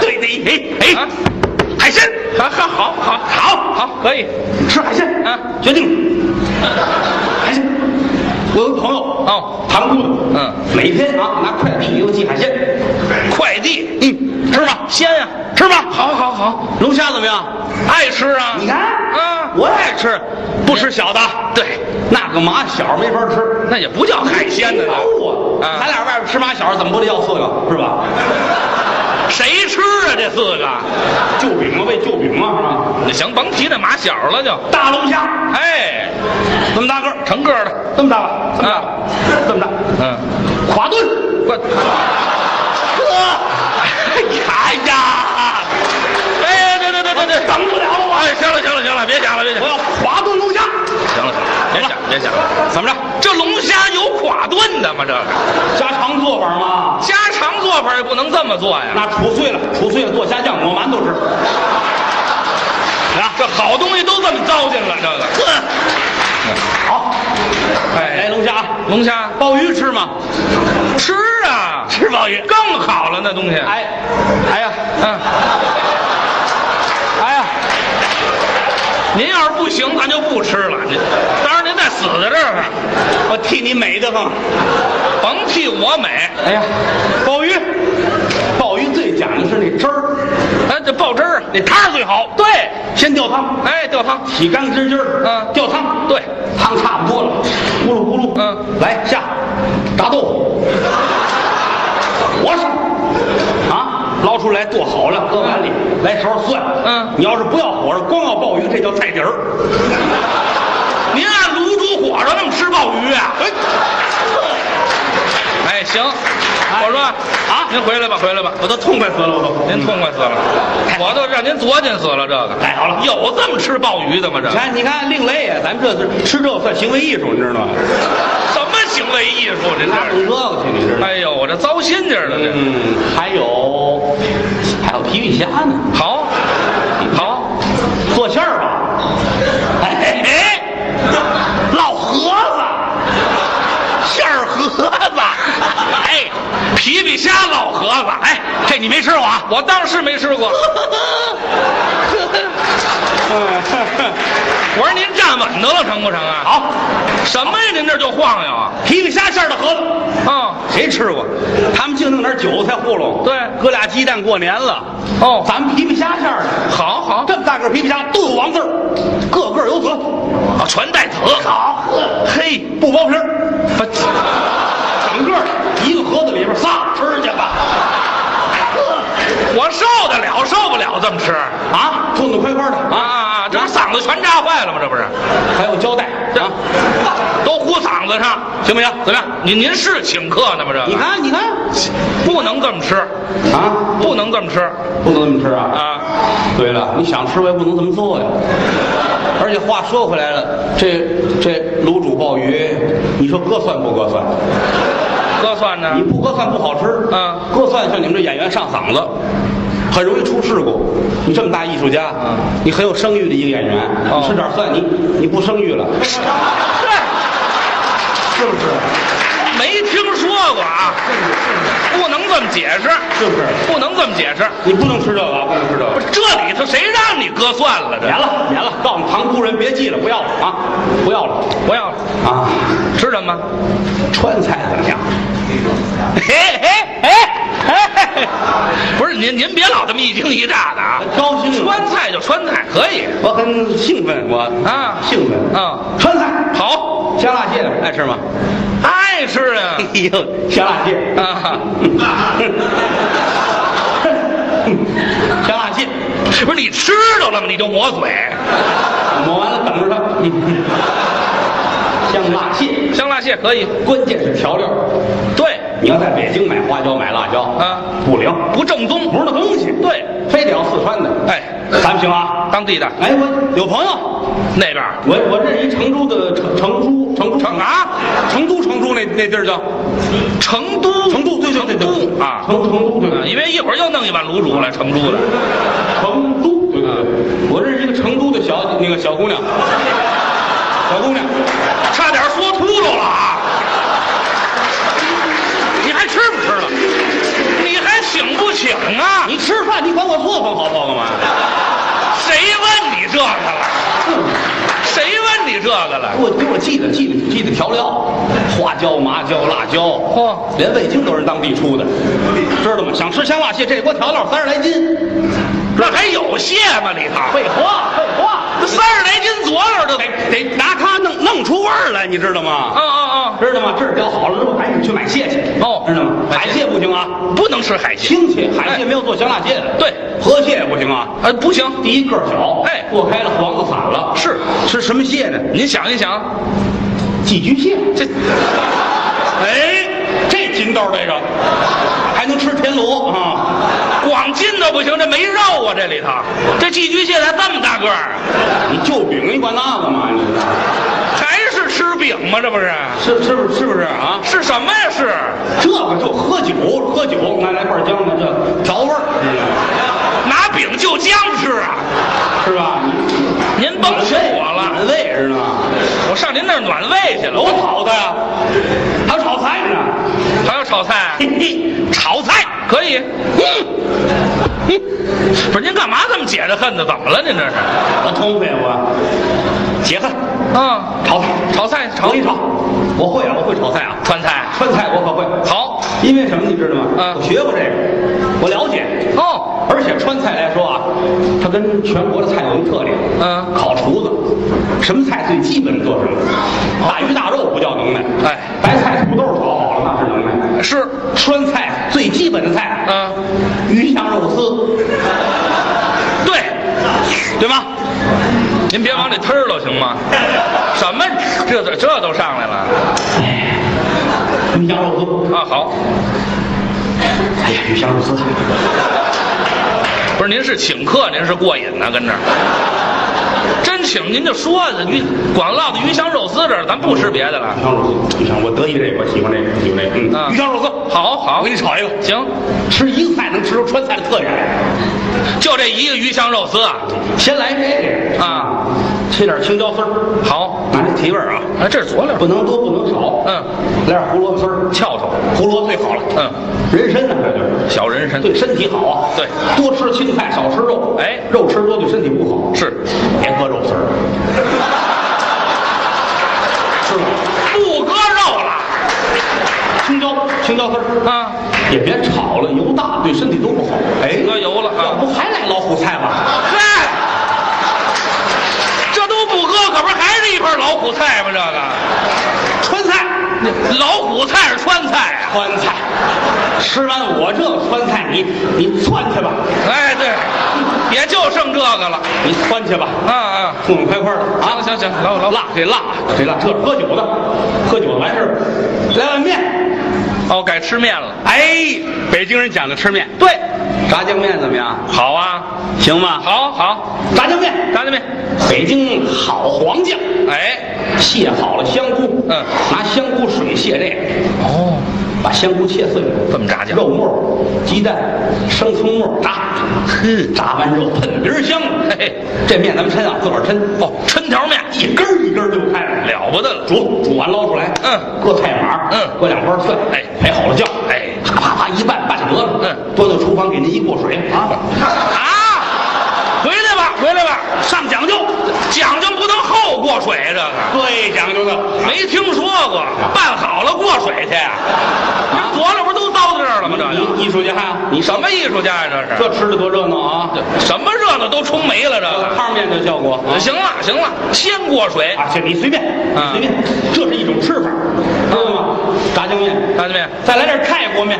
B: 对对，哎
C: 啊
B: 哎，海鲜，
C: 好好好好
B: 好
C: 好，可以。
B: 吃海鲜
C: 啊
B: 决定了海鲜。我有个朋友
C: 哦
B: 塘沽的，
C: 嗯，
B: 每天啊拿快递给我寄海鲜，
C: 快递
B: 嗯，吃吧，
C: 鲜呀、
B: 吃吧。
C: 好好好，
B: 龙虾怎么样？
C: 爱吃啊。
B: 你看，
C: 啊
B: 我爱吃，不吃小的，
C: 对，
B: 那个麻小没法吃。
C: 那也不叫海鲜呢，
B: 肉啊！
C: 啊
B: 咱俩外边吃麻小，怎么不得要四个是吧？
C: 谁吃啊？这四个，
B: 就饼嘛，喂就饼嘛，是吧？
C: 行，甭提那马小了就。
B: 大龙虾，
C: 哎，
B: 这么大个儿，
C: 成个的，
B: 这么大吧？这么大吧，这么大，
C: 嗯，
B: 垮炖。
C: 我，
B: 哎呀哎呀，
C: 哎呀，对对对对对，
B: 等不了了，
C: 哎，行了行了行了，别想了别想
B: 我
C: 了，
B: 要垮炖龙虾。
C: 行了行了，别想别想了，
B: 怎么着？
C: 这龙虾有垮炖的吗？这个
B: 家常做法嘛，
C: 家常做法也不能这么做呀。
B: 那杵碎了，杵碎了做虾酱，抹馒头吃。
C: 啊，这好东西都这么糟践了，这个。
B: 好，来
C: 哎，
B: 龙虾啊，
C: 龙虾
B: 鲍鱼吃吗？
C: 吃啊，
B: 吃鲍鱼。
C: 更好了那东西。
B: 哎，哎呀，
C: 嗯，
B: 哎呀，
C: 您要是不行，咱就不吃了。您，当然您再死在这儿，
B: 我替你美得慌。
C: 甭替我美。
B: 哎呀，鲍鱼，鲍鱼最讲究是那汁儿，
C: 哎，这爆汁儿，
B: 那汤儿最好。对，先吊汤，
C: 哎，吊汤，
B: 起干干筋儿，
C: 嗯
B: 吊汤，
C: 对，
B: 汤差不多了，咕噜咕噜，
C: 嗯，
B: 来下，炸豆，我上，啊，捞出来剁好了，搁碗里，来勺蒜，
C: 嗯
B: 你要是不要火了，光要鲍鱼，这叫菜底儿。
C: 您按卤煮火烧那么吃鲍鱼啊？哎，行，我说
B: 啊
C: 您回来吧，回来吧，
B: 我都痛快死了，我都。嗯
C: 您痛快死了，我都让您作践死了。这个
B: 太好了
C: 有这么吃鲍鱼的吗？这
B: 你看，你看，另类啊！咱们这是吃这个算行为艺术，你知道吗？
C: 什么行为艺术？您
B: 拿
C: 这
B: 弄
C: 是
B: 这个去，你知道吗？
C: 哎呦，我这糟心劲儿了，这
B: 嗯，还有还有皮皮虾呢，
C: 好，好，
B: 做馅儿吧，哎，哎烙盒子，馅儿盒子，
C: 哎，皮皮虾老盒子，哎，
B: 这你没吃过啊？
C: 我当时没吃 过。我说您站稳得了成不成啊？
B: 好，
C: 什么呀？您这就晃悠啊？
B: 皮皮虾馅儿的盒子，
C: 啊，
B: 谁吃过？他们净弄点韭菜糊弄，
C: 对
B: 搁俩鸡蛋过年了，
C: 哦
B: 咱们皮皮虾馅儿的，
C: 好好，
B: 这么大个皮皮虾都有王字儿，个个有子，
C: 啊，全带子，
B: 好，嘿，不剥皮儿。
C: 不
B: 整个儿一个盒子里边仨吃去吧。
C: 我受得了，受不了这么吃啊
B: 啊，痛痛快快的
C: 啊
B: 啊，
C: 啊！这不嗓子全扎坏了吗？这不是，
B: 还有胶带
C: 这
B: 啊，
C: 都呼嗓子上，
B: 行不行？
C: 怎么样？您您是请客呢吗？这
B: 你
C: 个
B: 看，你看
C: 不能这么吃，
B: 啊，
C: 不能这么吃
B: 不能这么吃啊。
C: 啊！
B: 对了，你想吃我也不能这么做呀。而且话说回来了，这这卤煮鲍鱼，你说搁蒜不搁蒜？
C: 搁蒜呢
B: 你？不搁蒜不好吃，
C: 嗯
B: 搁蒜像你们这演员上嗓子，很容易出事故。你这么大艺术家，
C: 嗯
B: 你很有声誉的一个演员，
C: 哦哎
B: 你吃点蒜，你你不声誉了，是不是？
C: 没听说过啊，不能这么解释，
B: 是不是？
C: 不能这么解释。
B: 你不能吃这个啊，不能吃这
C: 不
B: 个。
C: 是这里头谁让你搁蒜了？
B: 免
C: 这
B: 了，免了，告诉塘沽人别记了，不要了啊，不要了
C: 不要了，
B: 啊。
C: 吃什么？
B: 川菜怎么样？
C: 嘿嘿嘿嘿，不是您您别老这么一惊一乍的啊！
B: 高兴了，
C: 川菜就川菜，可以
B: 我很兴奋，我
C: 啊
B: 兴奋。
C: 啊，
B: 川菜
C: 好，
B: 香辣蟹爱吃吗？
C: 爱吃啊
B: 哎呦，香辣蟹，
C: 啊！
B: 香辣蟹，
C: 不是你吃着了吗？你就抹嘴，
B: 抹完了等着它。嗯香辣蟹，
C: 香辣蟹可以，
B: 关键是调料，
C: 对，
B: 你要在北京买花椒、买辣椒
C: 啊
B: 不灵，
C: 不正宗，
B: 不是那东西，
C: 对，
B: 非得要四川的。
C: 哎
B: 咱们行啊。
C: 当地的
B: 哎，我有朋友，
C: 那边儿
B: 我我认识一成都的成成都成都
C: 成啊，
B: 成都成都那那地儿叫
C: 成都，
B: 成都，对对对
C: 成
B: 对
C: 都啊
B: 成都成都对
C: 啊
B: 对
C: 因为一会儿又弄一碗卤煮来，成都的，
B: 成都对对
C: 啊
B: 对，我认识一个成都的小那个小姑 娘，小姑娘，
C: 差点说秃噜了啊！你还吃不吃了？你还请不请啊？
B: 你吃饭你管我作风好不好干嘛？
C: 谁问你这个了？谁问你这个了？
B: 我给我记得记得记得调料，花椒、麻椒、辣椒，
C: 嚯
B: 连味精都是当地出的，知道吗？想吃香辣蟹，这锅调料三十来斤。
C: 那还有蟹吗？里头？
B: 废话，废话，
C: 这三十来斤左右就得。
B: 得拿它弄弄出味儿来，你知道吗？
C: 啊啊
B: 知道吗？这儿雕好了之后，赶紧去买蟹去。
C: 哦哎
B: 知道吗？海蟹不行啊，
C: 啊！不能吃海鲜。
B: 青蟹、海蟹没有做香辣蟹的。
C: 对
B: 河蟹也不行啊，
C: 呃，不行。
B: 第一个儿小，
C: 哎
B: 剁开了黄子散了。
C: 是
B: 吃什么蟹呢？
C: 您想一想，
B: 寄居蟹。
C: 这
B: 哎，这筋道儿这个，还能吃田螺啊？
C: 光筋的不行，这没肉啊，这里头。这寄居蟹才这么大个儿，
B: 你就饼，你管那干嘛？你
C: 还是吃饼吗？这不是？
B: 是是不是是不是啊？
C: 是什么呀？是
B: 这个就喝酒，喝酒来来块姜的，这调味儿，知道吗？
C: 拿饼就姜吃啊？
B: 是吧？你
C: 您甭说我
B: 满
C: 了，
B: 胃是吗？
C: 我上您那儿暖胃去了。
B: 都炒的呀，还有炒菜呢。
C: 还要炒菜啊？
B: 嘿嘿，
C: 炒菜可以。嗯不是您干嘛这么解着恨呢？怎么了？您这是？
B: 我痛快我，解恨，
C: 啊，
B: 炒菜，
C: 炒菜炒
B: 我给你炒，我会啊，我会炒菜啊，
C: 川菜
B: 川菜我可会。
C: 好
B: 因为什么你知道吗？
C: 嗯
B: 我学过这个，我了解。
C: 哦，
B: 而且川菜来说啊，它跟全国的菜有一特点，
C: 嗯
B: 烤厨子，什么菜最基本做什么，大鱼大肉不叫能耐，
C: 哎
B: 白菜土豆炒好了那是能耐，
C: 是
B: 川菜最基本的菜，
C: 嗯，
B: 鱼香肉丝，
C: 对，
B: 对吧？
C: 您别往里吞了行吗？什么？这都这都上来了
B: 鱼香肉丝，
C: 啊？好，
B: 哎呀，鱼香肉丝，
C: 不是您是请客，您是过瘾呢、跟这儿。真请您就说鱼光烙的鱼香肉丝这儿，咱不吃别的了
B: 鱼。香肉丝，鱼香，我得意这个，我喜欢这个，喜欢这个，
C: 嗯
B: 鱼香肉丝，
C: 好好，
B: 我给你炒一个，
C: 行，
B: 吃一个菜能吃出川菜的特点来，
C: 就这一个鱼香肉丝啊。
B: 先来这个
C: 啊，
B: 切点青椒丝儿，
C: 好，
B: 拿这提味儿啊。
C: 啊，这是佐料，
B: 不能多，不能少。
C: 嗯，
B: 来点胡萝卜丝儿，
C: 翘头，
B: 胡萝卜最好了。
C: 嗯，
B: 人参呢，这就是
C: 小人参，
B: 对身体好啊。
C: 对
B: 多吃青菜，少吃肉。
C: 哎
B: 肉吃多对身体不好。
C: 是
B: 别喝肉丝 儿，是吧？
C: 不搁肉了
B: 青椒，青椒丝儿
C: 啊，
B: 也别炒了，油大对身体都不好。哎
C: 搁油了
B: 要
C: 啊。
B: 不还来老虎菜吗？
C: 嗨，这都不搁，可不是还是一盘老虎菜吗？这
B: 川菜，
C: 个老虎菜是川菜啊！
B: 川菜。吃完我这川菜，你你窜去吧，
C: 哎，对，也就剩这个了。
B: 你窜去吧。
C: 啊啊，
B: 痛痛快快的啊！
C: 行行行，老老
B: 辣这辣这辣，这喝酒的，喝酒的完事儿，来碗面。
C: 哦，改吃面了。
B: 哎，北京人讲究吃面，
C: 对，
B: 炸酱面怎么样？
C: 好啊，
B: 行吗？，
C: 好好，
B: 炸酱面，
C: 炸酱面。
B: 北京好黄酱，
C: 哎，
B: 卸好了香菇，
C: 嗯
B: 拿香菇水卸这个，
C: 哦，
B: 把香菇切碎了，
C: 这么炸酱
B: 肉末、鸡蛋、生葱末炸，哼，炸完肉喷鼻儿香。
C: 嘿嘿
B: 这面咱们抻啊，自个儿抻，
C: 哦，抻条面
B: 一根儿一根儿就开了。
C: 了不得了。
B: 煮煮完捞出来，
C: 嗯
B: 搁菜码，
C: 嗯
B: 搁两瓣蒜，
C: 哎
B: 配好了酱，
C: 哎
B: 啪啪啪一拌拌得了，
C: 嗯，
B: 端到厨房给您一过水啊，
C: 啊，回来吧，回来吧，
B: 上讲究，
C: 讲究不能后过水，这个。
B: 最讲究的，
C: 没听说过，办好了过水去呀？这佐料不都糟到这儿了吗？这就
B: 你艺术家，
C: 你什么艺术家呀？这是
B: 这吃的多热闹啊！
C: 什么热闹都冲没了，这
B: 这
C: 个。
B: 汤面的效果，啊
C: 行了行了，先过水，
B: 啊，行，你随便，
C: 嗯
B: 随便，这是一种吃法，知道吗？炸酱面，
C: 看见没？
B: 再来点泰国面，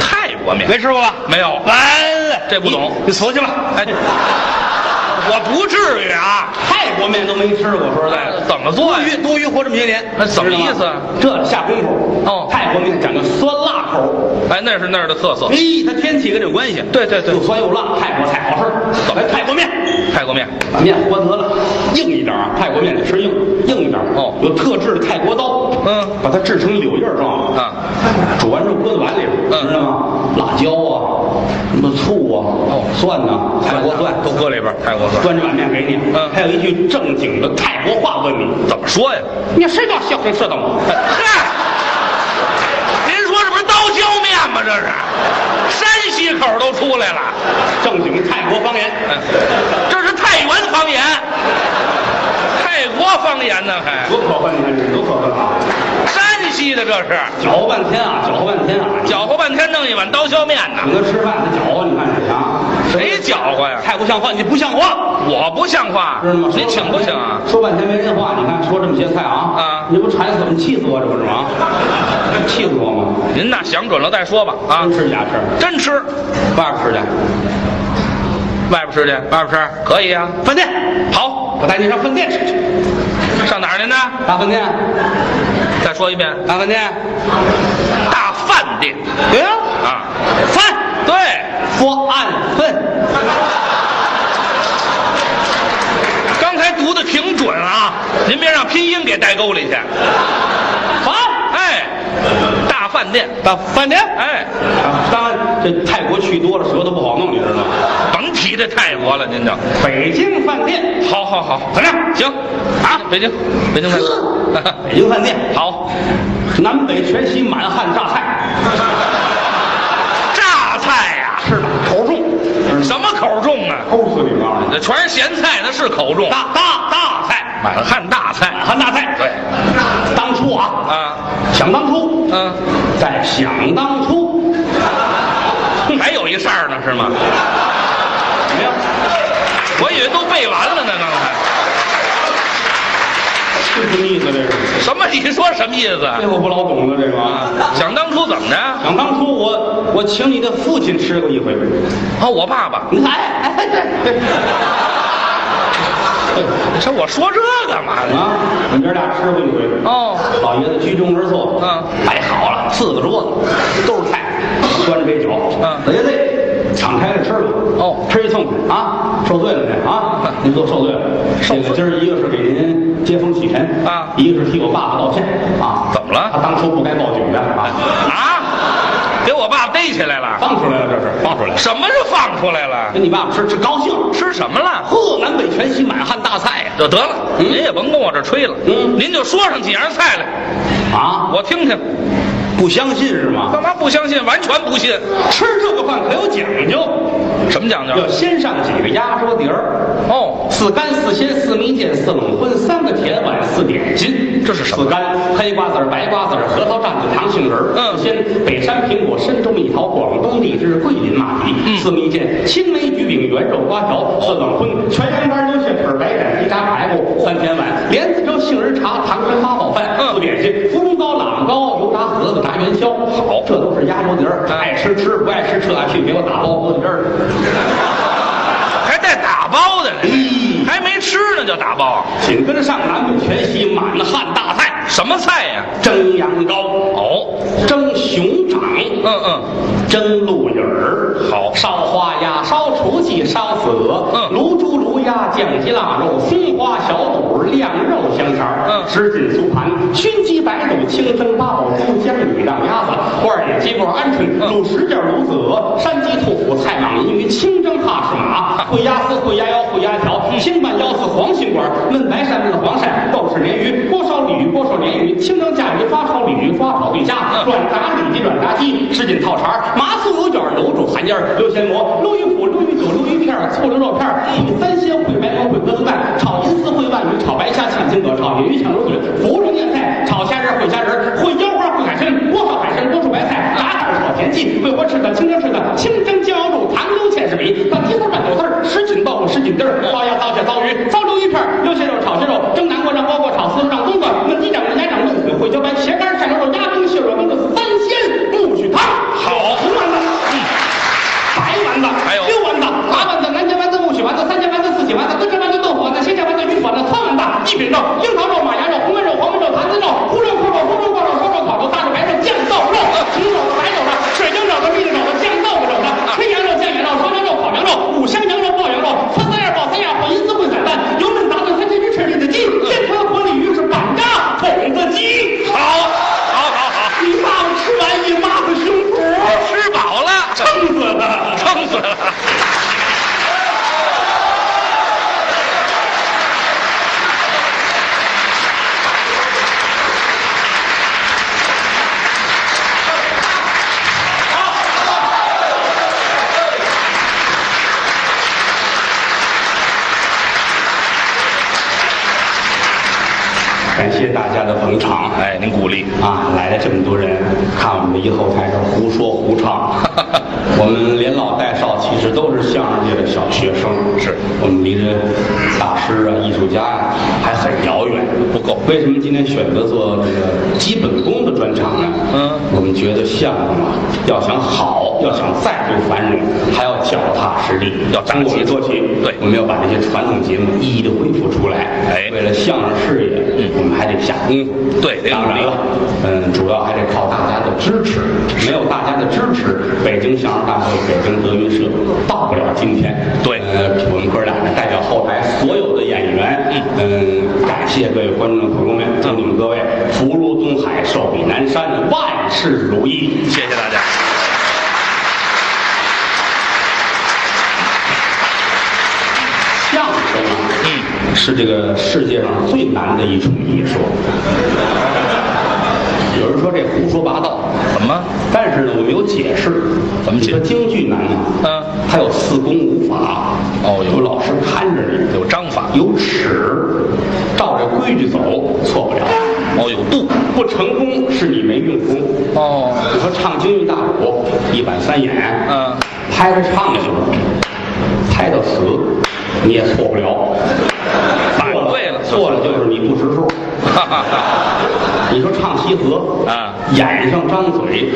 C: 泰国面
B: 没吃过吧？
C: 没啊有？
B: 完了，
C: 这不懂
B: 你你死去吧！
C: 哎，我不至于啊！
B: 泰国面都没吃过，说实在的。
C: 怎么做
B: 哎多余
C: 呀？
B: 多余活这么些年，啊
C: 那怎么意思
B: 知道吗这下功夫，
C: 哦
B: 泰国面讲究酸辣口儿。
C: 哎，那是那儿的特色。
B: 咦，它天气跟这有关系。
C: 对对对
B: 又酸又辣，泰国菜好吃。来泰国面，
C: 泰国面，
B: 把面和得了，硬一点啊。泰国面得吃硬，硬一点
C: 哦
B: 有特制的泰国刀，
C: 嗯
B: 把它制成柳叶状
C: 啊，
B: 煮完之后搁在碗里边，
C: 嗯
B: 知道吗？辣椒啊，什么醋啊，
C: 哦
B: 蒜呐，泰国蒜
C: 都搁里边儿，泰国蒜。
B: 端着碗面给你。
C: 嗯
B: 还有一句正经的泰国话问你，
C: 怎么说呀？
B: 你谁叫小红色的
C: 哎
B: 吗？
C: 嗨，您说这不是刀削面吗？这是山西口都出来了，
B: 正经泰国方言。
C: 哎这是太原方言，泰国方言呢还
B: 多可恨！你看这多可恨啊！
C: 山西的这是，
B: 搅和半天啊，搅和半天啊，
C: 搅和半天弄一碗刀削面呢，
B: 请他吃饭，他搅和，你看这啊，
C: 谁搅和呀？
B: 太不像话，你不像话，
C: 我不像话
B: 知道吗？，
C: 您请不请啊？
B: 嗯说半天没人话，你看说这么些菜啊，
C: 啊
B: 你不馋死我，你气死我，这不是吗？气死我吗？
C: 您呐，想准了再说吧啊
B: 真！吃假吃，
C: 真吃，
B: 外边吃去，
C: 外边吃去，外边吃可以啊。
B: 饭店，
C: 好，
B: 我带你上饭店吃去，
C: 上哪儿您呢？
B: 大饭店，
C: 再说一遍，
B: 大饭店，
C: 大饭店
B: 对呀、
C: 啊，
B: 饭
C: 对，
B: 说按份，
C: 刚才读的挺准啊，您别让拼音给带沟里去。
B: 饭
C: 哎，大饭店，
B: 大饭店，
C: 哎，
B: 啊当然这泰国去多了舌头不好弄，你知道吗？
C: 甭提这泰国了，您就，
B: 北京饭店，
C: 好好好，怎么样？行啊，北京，北京饭
B: 北京饭店，
C: 好，
B: 南北全席满汉榨菜，
C: 榨菜呀、
B: 是吧？口重，
C: 什么口重啊？
B: 抠死你！告诉你，
C: 这全是咸菜，那是口重，
B: 大大大菜，
C: 满汉大菜
B: 满汉大菜。
C: 对，
B: 当初啊，
C: 啊，
B: 想当初，
C: 嗯、
B: 在想当初，
C: 还有一扇儿呢，是吗？
B: 怎么样？
C: 我以为都背完了呢，刚才
B: 这什么意思？这是？
C: 什么？你说什么意思？
B: 这我不老懂了，这个啊。
C: 想当初怎么着？啊、
B: 想当初我我请你的父亲吃过一回，
C: 我爸爸，
B: 你看，哎哎对对
C: 你说我说这干嘛呢？
B: 啊，我们爷俩吃过一回。
C: 哦，
B: 老爷子居中而坐，
C: 嗯
B: 摆好了四个桌子，都是菜，端着杯酒，
C: 嗯
B: 老爷子敞开了吃了，
C: 哦嗯
B: 吃一痛快啊，受罪了这啊，您都受罪了，
C: 受罪
B: 这个今儿一个是给您接风洗尘
C: 啊
B: 一个是替我爸爸道歉啊，
C: 怎么
B: 他
C: 了？
B: 当初不该报警的啊，
C: 啊，给我爸逮起来了？
B: 放出来了这是放出来了，
C: 什么是放出来了？
B: 跟你爸爸吃吃高兴，
C: 吃什么了？
B: 呵，南北全席满汉大菜呀，
C: 就得了，您也甭跟我这吹了，
B: 嗯
C: 您就说上几样菜来，
B: 啊，
C: 我听听。
B: 不相信是吗？
C: 干嘛不相信？完全不信。
B: 吃这个饭可有讲究，
C: 什么讲究？
B: 要先上几个压缩碟儿。
C: 哦，
B: 四干、四鲜、四米碱、四冷荤，三个甜碗，四点心。
C: 这是什么
B: 四干：黑瓜子儿、白瓜子儿、核桃、炸子、糖杏仁儿。
C: 嗯
B: 先北山苹果、深州蜜桃、广东荔枝、桂林马蹄。
C: 嗯
B: 四米碱：青梅、橘饼、圆肉、瓜条。四冷荤：全羊肝、牛血粉、白斩鸡、炸排骨。三甜碗：莲子粥、杏仁茶、糖汁八宝饭。
C: 嗯
B: 四点心：芙蓉糕、朗糕、油炸盒子、炸元宵。好，这都是压轴碟儿，
C: 嗯
B: 爱吃吃，不爱吃撤，去给我打包锅子边儿。
C: 还带打包的呢，
B: 嗯
C: 还没吃呢就打包，啊
B: 紧跟着上南北全席满汉大菜。
C: 什么菜呀？
B: 蒸羊羔，
C: 哦，
B: 蒸熊掌，
C: 嗯嗯，
B: 蒸鹿尾儿，
C: 好
B: 烧花鸭，烧雏鸡，烧子鹅，
C: 嗯
B: 卤猪、卤鸭、酱鸡、腊肉、松花小肚、晾肉香肠儿，
C: 嗯
B: 什锦酥盘，熏鸡、白肚、清蒸八宝猪、江米让鸭子，罐儿眼鸡脖、鹌鹑，
C: 嗯
B: 卤什角、卤子鹅，山鸡、兔骨、菜蟒、银鱼，清蒸哈士
C: 嗯
B: 马，烩鸭丝、烩鸭腰、烩鸭条，清拌腰子、黄心管，焖白鳝、焖黄鳝，豆豉鲶鱼，锅烧鲤鱼、锅烧鲶鱼，清蒸甲鱼、发炒鲤鱼、发炒对虾，
C: 嗯
B: 软炸里脊、软炸鸡，什锦套肠，麻酥油卷、卤煮寒烟、溜鲜蘑、鹿鱼脯、鹿鱼酒、鹿鱼片、醋溜肉片，烩三鲜、烩白毛、烩鸽子蛋，炒银丝、烩万鱼、炒白虾、炝金鹅、炒鲶鱼、炝流水、芙蓉腌菜、炒虾仁、烩虾仁、烩腰花、烩海参、锅烧海参、锅烧白菜、炸蛋炒田鸡、烩花翅的、清蒸翅的、清蒸酱油肚、糖溜芡实米、大鸡丝拌韭丝儿、什锦豆腐、什锦丁儿、花鸭、糟蟹、糟鱼、糟溜一片儿、溜蟹肉、炒蟹肉、蒸南瓜、上包瓜、炒丝、上冬瓜、焖鸡掌、鸭掌、焖腿、烩茭白、茄干、扇牛肉、鸭冰、蟹软焖的三鲜不许汤。
C: 好
B: 红丸子、白丸子、
C: 还有
B: 六丸子、八丸子、南煎丸子、木须丸子、三煎丸子、四喜丸子、蹲针丸子、豆腐丸子、鲜虾丸子、鱼丸子、川丸子、一品肉、樱桃肉、马牙肉、红焖肉、黄焖肉、坛子肉、烀肉、扣肉、红肉、灌肉、烧肉、烤肉、大肉、白肉、感谢大家的捧场
C: 哎，您鼓励，
B: 啊！来了这么多人，看我们一后台是胡说胡唱， 我们连老带少其实都是相声界的小学生，
C: 是
B: 我们离着大师啊、艺术家呀、还很遥远。
C: 不够。
B: 为什么今天选择做这个基本功的专场呢？
C: 嗯
B: 我们觉得相声啊，要想好，要想再度繁荣，还要脚踏实地，
C: 要扎
B: 从我
C: 基
B: 们
C: 础
B: 做起。
C: 对
B: 我们要把这些传统节目一一的恢复出来。
C: 哎
B: 为了相声事业，我
C: 嗯
B: 们还得下功夫。
C: 对得
B: 当
C: 努
B: 然
C: 力
B: 了，嗯，主要还得靠大家的支持，没有大家的支持，北京相声大会、北京德云社到不了今天。
C: 对
B: 呃，我们哥俩呢，代表后台所有的演员，嗯，感谢各位观众朋友们，
C: 嗯
B: 祝你们各位福如东海，寿比南山，万事如意。
C: 谢谢大家。
B: 相声啊，
C: 嗯，
B: 是这个世界上最难的一种艺术。有人说这胡说八道，
C: 怎么？
B: 但是呢，我们有解释。
C: 怎么解
B: 你说京剧难啊吗？
C: 嗯
B: 它有四功五法。
C: 哦有
B: 有老师看着你，
C: 有章法，
B: 有尺，照着规矩走，错不了。
C: 哦，有度。
B: 不成功是你没用功。
C: 哦，
B: 你说唱京剧大鼓，一板三眼，
C: 嗯，
B: 拍着唱去了，拍到死，你也错不了。
C: 反对了
B: 错了就是你不识数。
C: 哈哈哈。
B: 你说唱西河
C: 啊
B: 演上张嘴，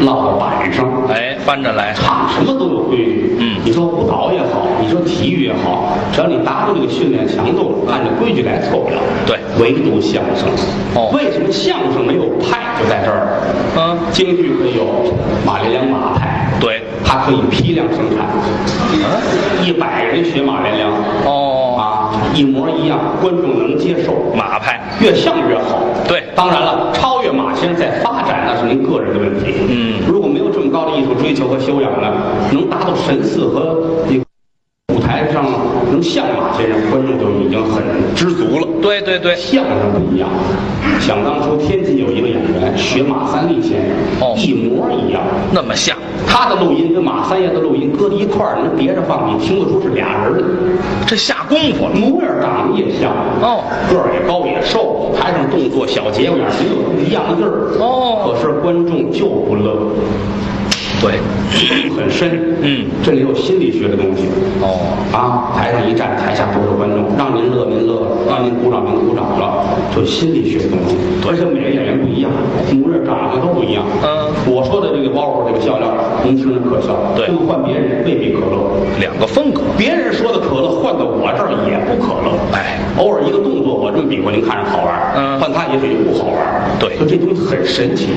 B: 落到板上，
C: 哎，翻着来。
B: 唱什么都有规矩。
C: 嗯
B: 你说舞蹈也好，你说体育也好，只要你达到这个训练强度，按照规矩来，错不了。
C: 对
B: 唯独相声。
C: 哦
B: 为什么相声没有派？就在这儿。
C: 嗯
B: 京剧可以有马连良马派，
C: 对
B: 它可以批量生产，一百人学马连良，
C: 哦，
B: 啊，一模一样，观众能接受。
C: 马派。
B: 越像越好。
C: 对
B: 当然了，超越马先生在发展那是您个人的问题。
C: 嗯
B: 如果没有这么高的艺术追求和修养呢，能达到神似和你舞台上能像马先生，观众就已经很知足了。
C: 对对对，
B: 相声不一样，想当初天津有一个演员学马三立先生，
C: 哦
B: 一模一样。
C: 那么像。
B: 他的录音跟马三爷的录音搁在一块儿，能叠着放，你听不出是俩人儿。
C: 这下功夫了。
B: 模样长得也像，
C: 哦
B: 个儿也高也瘦，台上动作小节骨眼儿没有一样的地儿，
C: 哦
B: 可是观众就不乐，
C: 对，
B: 很深，
C: 嗯，
B: 这里有心理学的东西，
C: 哦，
B: 啊，台上一站，台下都是观众，让您乐您乐了，让您鼓掌您鼓掌了，就心理学的东西，而且每个演员不一样，模样长得都不一样，
C: 嗯，
B: 我说的这个包袱这个笑料，啊您听着可笑，
C: 对
B: 这个换别人未必可乐，
C: 两个风格。
B: 别人说的可乐，换到我这儿也不可乐。
C: 哎，
B: 偶尔一个动作，我这么比划，您看着好玩儿，
C: 嗯
B: 换他也许就不好玩儿。
C: 对
B: 就这东西很神奇，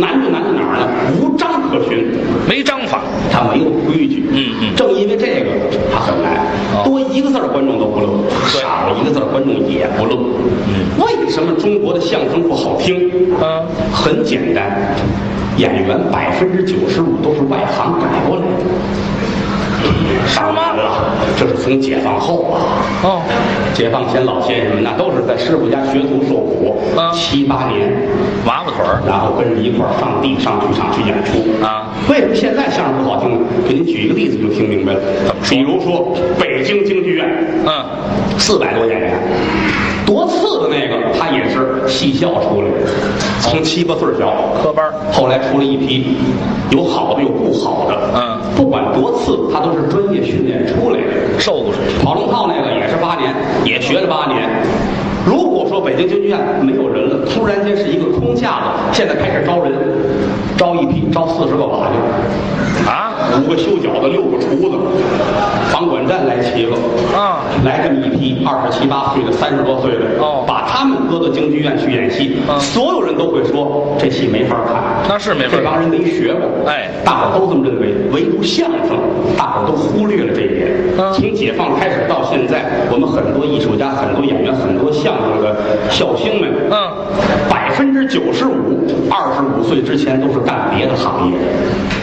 B: 难就难在哪儿呢？无章可循，
C: 没章法。
B: 它没有规矩。
C: 嗯嗯
B: 正因为这个，它很难。
C: 哦
B: 多一个字儿观众都不乐，
C: 对
B: 少了一个字儿观众也不乐。为什么中国的相声不好听？
C: 嗯
B: 很简单，演员百分之九十五都是外行改过来的。上班了，这是从解放后啊。
C: 哦，
B: 解放前老先生们那都是在师傅家学徒受苦，
C: 啊
B: 七八年，
C: 娃娃腿儿。
B: 然后跟着一块儿上地上剧场去演出
C: 啊。
B: 为什么现在相声不好听呢？给您举一个例子就听明白了。
C: 怎么说
B: 比如说北京京剧院，
C: 嗯，
B: 四百多演员，多次的那个他也是戏校出来的，从七八岁儿小
C: 科班儿。
B: 后来出了一批，有好的有不好的，
C: 嗯
B: 不管多次，他都是专业训练出来的。
C: 受过水。
B: 跑龙套那个也是八年，也学了八年。如果说北京京剧院没有人了，突然间是一个空架子，现在开始招人，招一批，招四十个瓦匠，
C: 啊
B: 五个修脚的，六个厨子，房管站来齐了，
C: 啊，
B: 来这么一批二十七八岁的、三十多岁的，
C: 哦
B: 把他们搁到京剧院去演戏，
C: 嗯
B: 所有人都会说这戏没法看，
C: 那是没法看
B: 这帮人没学过，
C: 哎
B: 大伙都这么认为，唯独相声，大伙都忽略了这一点。
C: 嗯
B: 从解放开始到现在，我们很多艺术家、很多演员、很多相声的笑星们，
C: 嗯，
B: 百分之九十五，二十五岁之前都是干别的行业，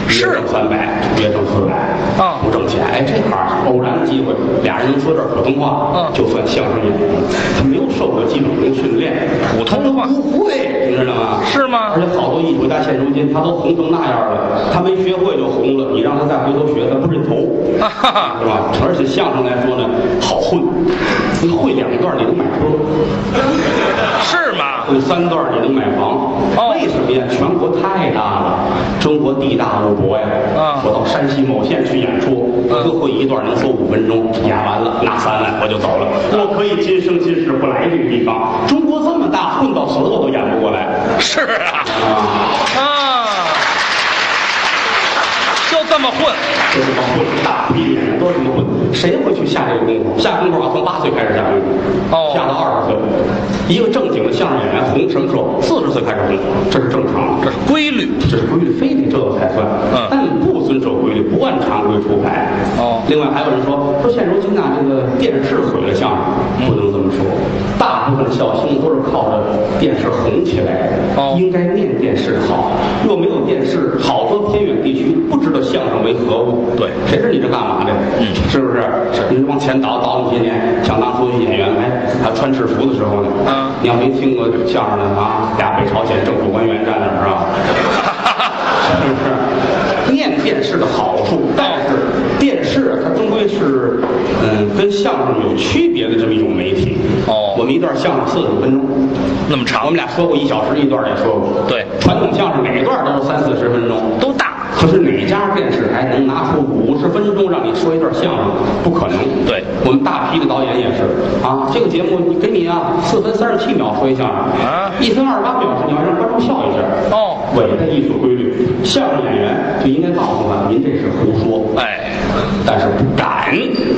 C: 是
B: 月挣三百，月挣四百，
C: 啊
B: 不挣钱。哎，这行儿偶然的机会，俩人能说点儿普通话，
C: 嗯
B: 就算相声演员，他没有受过基本功训练，
C: 普通话
B: 他都不会，你知道吗？
C: 是吗
B: 而且好多艺术家现如今他都红成那样了，他没学会就红了，你让他再回头学，他不认头。
C: 啊哈哈，
B: 是吧？而且相声来说呢，好混，你会两段你能买车。
C: 是吗？
B: 混三段你能买房？
C: 哦
B: 为什么呀？全国太大了，中国地大物博呀。
C: 啊
B: 我到山西某县去演出，
C: 嗯
B: 各会一段能说五分钟，演完了拿三万我就走了。
C: 嗯
B: 我可以今生今世不来这个地方。中国这么大，混到死我都演不过来。
C: 是啊，
B: 啊，
C: 啊，就这么混，
B: 就这么混，大批演员都这么混，谁会去下这个功夫？下功夫啊，从八岁开始下功夫，
C: 哦
B: 下到二十岁。一个正经的相声演员红什么时候？四十岁开始红，这是正常的，这
C: 这是规律。
B: 这是规律，非得这个才算。
C: 嗯
B: 但你不遵守规律，不按常规出牌。
C: 哦
B: 另外还有人说，说现如今呐，这个电视毁了相声，不能这么说。大部分的笑星都是靠着电视红起来的。
C: 哦
B: 应该念电视好，若没有电视，好多偏远地区不知道相声为何物。
C: 对
B: 谁知你这干嘛的？
C: 嗯
B: 是不是？是。你往前倒倒那么些年，想当初演员，哎，还穿制服的时候呢。
C: 嗯
B: 你要没听过相声的啊，俩北朝鲜政府官员站那儿 啊，是不是？念电视的好处，但是电视啊它终归是，嗯，跟相声有区别的这么一种媒体。
C: 哦
B: 我们一段相声四十分钟，
C: 那么长
B: 我们俩说过一小时一段也说过。
C: 对
B: 传统相声每一段都是三四十分钟。
C: 都大，
B: 可是哪家电视台能拿出五十分钟让你说一段相声？不可能。
C: 对
B: 我们大批的导演也是啊，这个节目你给你啊四分三十七秒说一相声
C: 啊
B: 一分二十八秒你要让观众笑一下。
C: 哦
B: 违背艺术规律，相声演员就应该告诉他，您这是胡说。
C: 哎，
B: 但是不敢，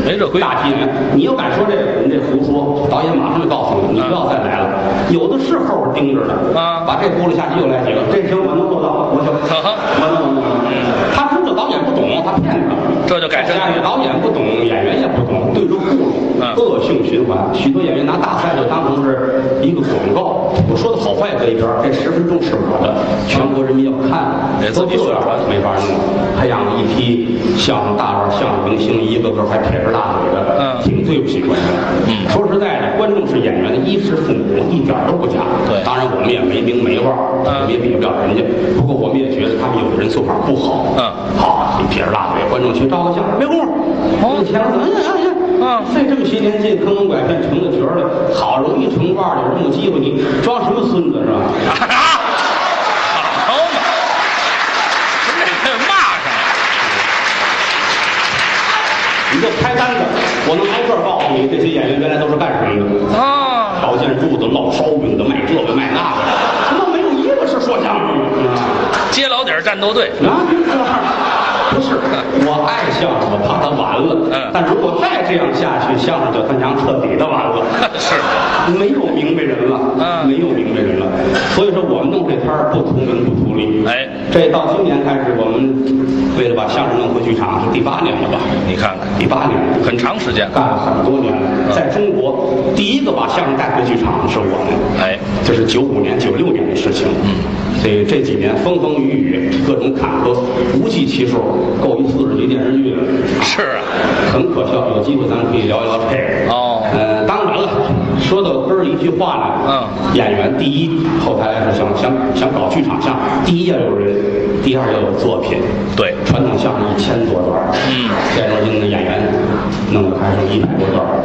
C: 没这规矩
B: 大批人，你要敢说这个，你这胡说，导演马上就告诉你，你不要再来了。有的是后边盯着的
C: 嗯啊
B: 把这轱辘下去又来几个，这行我能做到，我行，
C: 好好
B: 我能，我能，我
C: 嗯
B: 能。他知道导演不懂，他骗他，
C: 这就改正
B: 加上导演不懂，演员也不懂，对着糊弄，
C: 嗯
B: 恶性循环。许多演员拿大赛就当成是一个广告，我说的好坏搁一边儿，这十分钟是我的，全国人民要看，
C: 得嗯自
B: 都
C: 己
B: 这样
C: 宣传
B: 没法弄，还养了一批相声大腕、相声明星，一个个还撇着大腿的，
C: 嗯
B: 挺对不起观众。
C: 嗯
B: 说实在的，观众是演员的衣食父母，一点儿都不假。
C: 对
B: 当然我们也没名没腕儿，
C: 嗯
B: 我们也比不了人家。不过我们也觉得他们有的人做法不好。
C: 嗯
B: 好，你撇着大腿，观众去照个相，没工夫。
C: 哦
B: 你前面怎么样？
C: 嗯
B: 费哎这么些年劲，坑蒙拐骗成了角儿了，好容易成腕儿了，有这么个机会，你装什么孙子是吧？
C: 啊， 好嘛，这骂上了，
B: 你就拍单子，我能挨个儿告诉你这些演员原来都是干什么的，
C: 啊，
B: 条件住的、烙烧饼的、卖这个卖那个的，他妈没有一个是说相声的
C: 街老底儿战斗队，
B: 啊！不是，我爱相声，我怕它完了。
C: 嗯
B: 但如果再这样下去，相声就他娘彻底的完了。
C: 是，
B: 没有明白人了，
C: 嗯
B: 没有明白人了，所以说我们弄这摊儿不图文不图利，
C: 哎
B: 这到今年开始，我们为了把相声弄回剧场是第八年了吧？
C: 你看看，
B: 第八年了，
C: 很长时间，嗯
B: 干了很多年了，在中国第一个把相声带回剧场的是我们，
C: 哎，
B: 这是九五年、九六年的事情。嗯，所以这几年风风雨雨，各种坎坷无计其数，够一四十集电视剧了，
C: 是啊，
B: 很可笑。有机会咱们可以聊一聊这个。
C: 哦
B: 呃，当然了，说到根儿一句话呢，嗯，演员第一，后台来说想想想搞剧场相声，第一要有人，第二要有作品。
C: 对
B: 传统相声一千多段儿，
C: 嗯
B: 现如今的演员弄得还剩一百多段儿，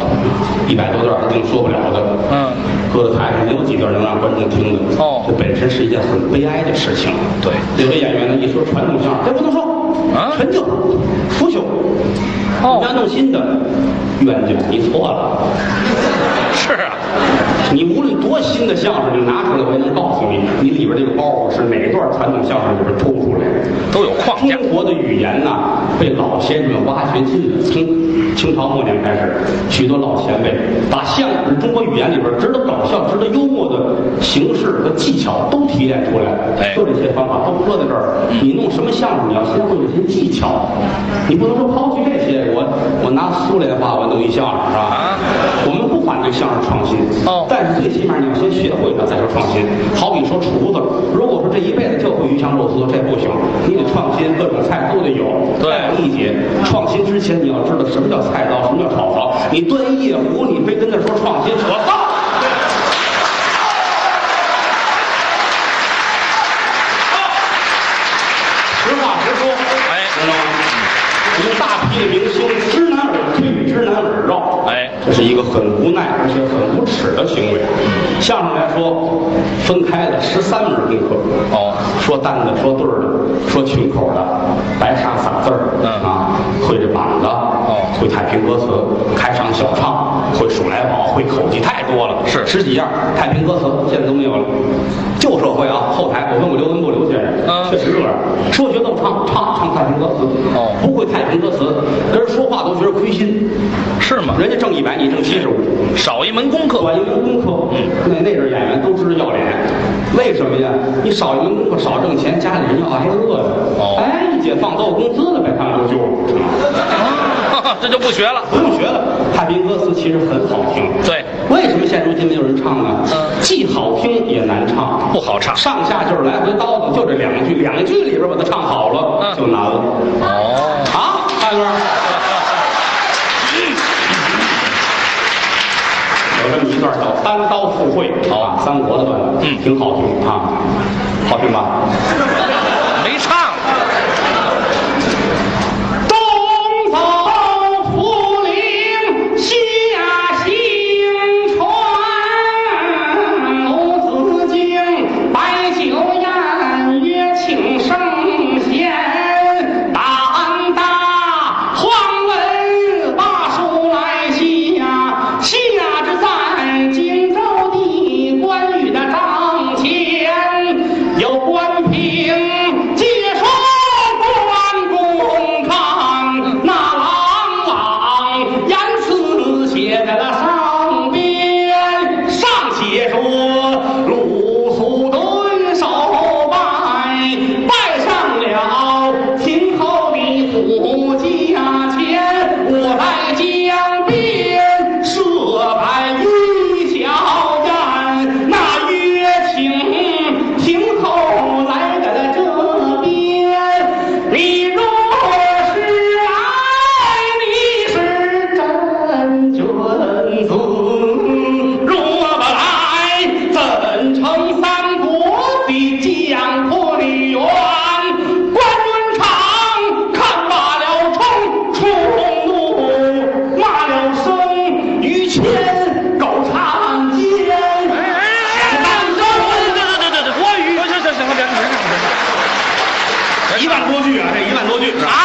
B: 一百多段儿一定说不了的，
C: 嗯，
B: 搁在台上没有几段能让观众听的，
C: 哦
B: 这本身是一件很悲哀的事情。
C: 对
B: 有的演员呢一说传统相声，这不能说
C: 啊
B: 陈旧、腐朽，
C: 哦
B: 你要弄新的，冤家，你错了。
C: 是啊，
B: 你无论多新的相声，你拿出来，我也能告诉你，你里边这个包袱是哪一段传统相声里边抽出来的。
C: 都有框架，
B: 中国的语言呐、被老先生们挖掘尽了。从清朝末年开始，许多老前辈把相声中国语言里边值得搞笑、值得幽默的形式和技巧都提炼出来，
C: 哎
B: 就这些方法都搁在这儿。你弄什么相声，你要先会这些技巧，你不能说抛弃这些。我我拿苏联话我弄一相声是吧？
C: 啊
B: 我们不管这相声创新，
C: 哦
B: 但是最起码你要先学会它再说创新。好比说厨子，如果说这一辈子就会鱼香肉丝，这不行，你得创新，各种菜都得有。
C: 对
B: 再有一节创新之前你要知道什么叫菜刀，什么叫炒勺。你炖一夜壶，你非跟他说创新，扯臊。实话实说，
C: 哎
B: 知道吗？我们大批的明星知难而退，知难而绕。
C: 哎
B: 这是一个很无奈而且很无耻的行为。相声来说，分开了十三门功课，
C: 哦
B: 说单的，说对儿的，说群口的，白沙撒字儿，
C: 嗯
B: 啊，会这膀子，
C: 哦
B: 会太平歌词，开唱小唱，会数来宝，会口技，太多了，
C: 是
B: 十几样。太平歌词现在都没有了，旧社会啊，后台我问过刘文步刘先生，
C: 嗯
B: 确实这样，说学逗唱，唱唱太平歌词，
C: 哦
B: 不会太平歌词，跟人说话都觉得亏心，
C: 是
B: 啊
C: 吗？
B: 人家挣一百，你挣七十五。
C: 少一门功课，
B: 管一门功课，那那阵儿演员都知道要脸，为什么呀？你少一门功课，少挣钱，家里人要挨饿呀。
C: 哦
B: 哎，你解放到工资了呗，他们就就
C: 啊这就不学了。
B: 不用学了。太平歌词其实很好听，
C: 对，
B: 为什么现如今没有人唱呢？
C: 嗯
B: 既好听也难唱，
C: 不好唱。
B: 上下就是来回叨叨，就这两句，两句里边把它唱好了、
C: 嗯
B: 就难了。
C: 哦，
B: 好，大哥，有这么一段叫《单刀赴会》，啊，三国的段子，
C: 嗯
B: 挺好听啊，好听吧？
C: 没唱。
B: 东走福陵，西呀行川，楼子京，白酒宴，约请圣贤。胆大黄文罢书来下，下之在荆州地，关羽的帐前有关平，借说。关公看那啊朗朗言辞写在了上边，上写说鲁肃蹲守拜，拜上了秦侯李虎家啊前，我在江边设摆一小宴，那约请秦侯来在了这边，你若是爱，你是真君子；若不爱，怎成三国的将破李元？关云长看罢了冲，冲怒骂了声于谦，狗缠奸。
C: 哎我与行行行，别别
B: 一万多句啊，这一万多句啊，
C: 啊！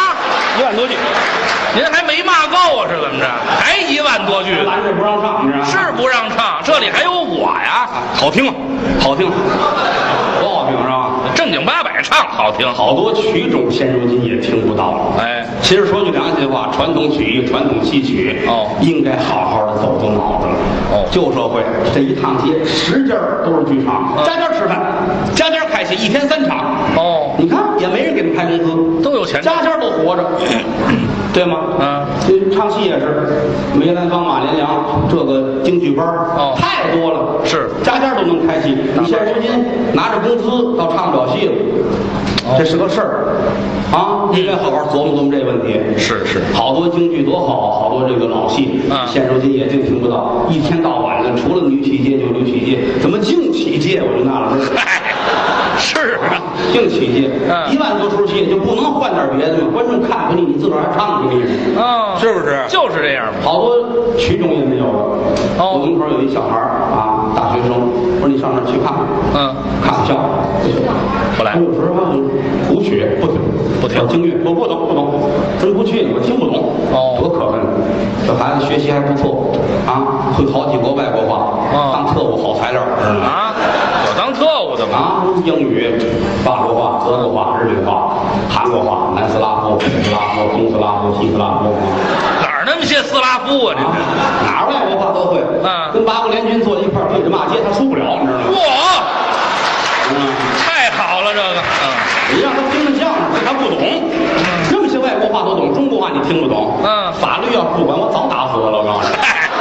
B: 一万多句，
C: 您还没骂够啊？是怎么着？还一万多 句？
B: 拦着不让上，你知道吗？
C: 是不让唱，这里还有我呀，好听，
B: 好听，多好听是吧？
C: 正经八百唱好听，好
B: 好多曲种现如今也听不到了。
C: 哎，
B: 其实说句良心话，传统曲艺、传统戏曲，
C: 哦
B: 应该好好的走走脑子了。
C: 哦
B: 旧社会这一趟街，十家儿都是剧场，
C: 嗯
B: 家家儿吃饭，家家儿开戏，一天三场。
C: 哦，
B: 你看也没人给他们开工资，
C: 都有钱
B: 家家都活 着，对吗？
C: 嗯
B: 这唱戏也是，梅兰芳、马连良这个京剧班儿
C: 哦
B: 太多了，
C: 是
B: 家家都能开戏。你现如今拿着工资倒唱不了戏了，
C: 哦嗯
B: 这是个事儿啊！应该好好琢磨琢磨这个问题。
C: 是是
B: 好多京剧多好，好多这个老戏，
C: 嗯
B: 现如今也净听不到，一天到晚的除了女曲界就女曲界，怎么净曲界我就纳了闷儿。
C: 嗨，是啊，
B: 净起劲，
C: 嗯
B: 一万多出戏就不能换点别的吗？观众看不腻，你自个儿还唱不腻，
C: 嗯
B: 是不是？
C: 就是这样嘛。
B: 好多曲种也没有了。
C: 哦
B: 我门口有一小孩儿啊，大学生，我说你上那儿去看看，
C: 嗯，
B: 看不笑，
C: 不来
B: 我有时候我古曲不听，
C: 不听
B: 我京乐，我不懂不懂，真不去，我听不懂，
C: 哦
B: 多可恨！这孩子学习还不错啊，会好几国外国话，
C: 哦
B: 当特务好材料，知道吗？
C: 啊，有当特务的
B: 啊，
C: 吗？
B: 英语、法国话、德国话、日本话、韩国话、南斯拉夫、北斯拉夫、东斯拉夫、西斯拉夫，
C: 哪儿那么些斯拉夫啊？
B: 啊
C: 这是，
B: 哪儿外国话都会。
C: 嗯
B: 跟八国联军坐一块儿对着骂街，他输不了，你知道吗？
C: 哇，
B: 嗯，
C: 太好了，这个，嗯，
B: 你让他听着相声，他不懂。这么些外国话都懂，中国话你听不懂。
C: 嗯
B: 法律要是不管，我早打死他了，我告诉你。
C: 嗨，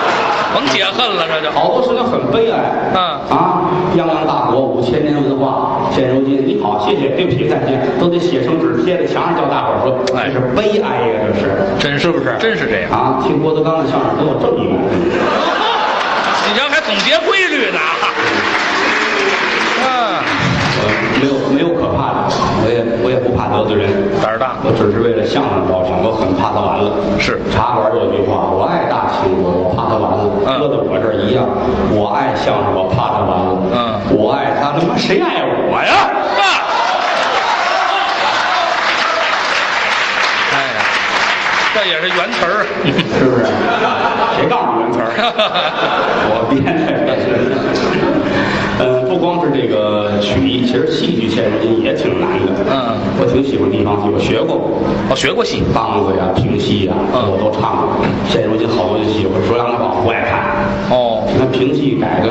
C: 甭解恨了，这就
B: 好多事情很悲哀。
C: 嗯
B: 啊，泱泱大国五千年文化，现如今你好，谢谢，对不起，再见，都得写成纸贴在墙上，叫大伙儿说，
C: 哎
B: 这是悲哀呀，这是。
C: 真
B: 是不是
C: 真是这样。
B: 啊，听郭德纲的相声很有正义感。
C: 你这还总结规律呢啊？嗯，
B: 我呃没有没有可怕的，我也我也不怕得罪人，
C: 胆儿大，
B: 我只是为了相声着想，我很怕他完了。
C: 是
B: 茶馆有句话，我爱大秦国，我怕他完了。
C: 嗯
B: 爱相声，我怕他完了。
C: 嗯
B: 我爱他，他妈谁爱我
C: 我
B: 呀？
C: 呀，啊！哎呀，这也是原词儿。
B: 是不是？谁告诉你们词 儿？我编的，是。呃，不光是这个曲艺，其实戏剧现如今也挺难的。
C: 嗯
B: 我挺喜欢地方戏，我学过
C: 我学过戏，
B: 梆子呀、评戏呀，
C: 嗯
B: 我都唱过。现如今好多戏，我说让他往不爱看。
C: 哦
B: 那评戏改的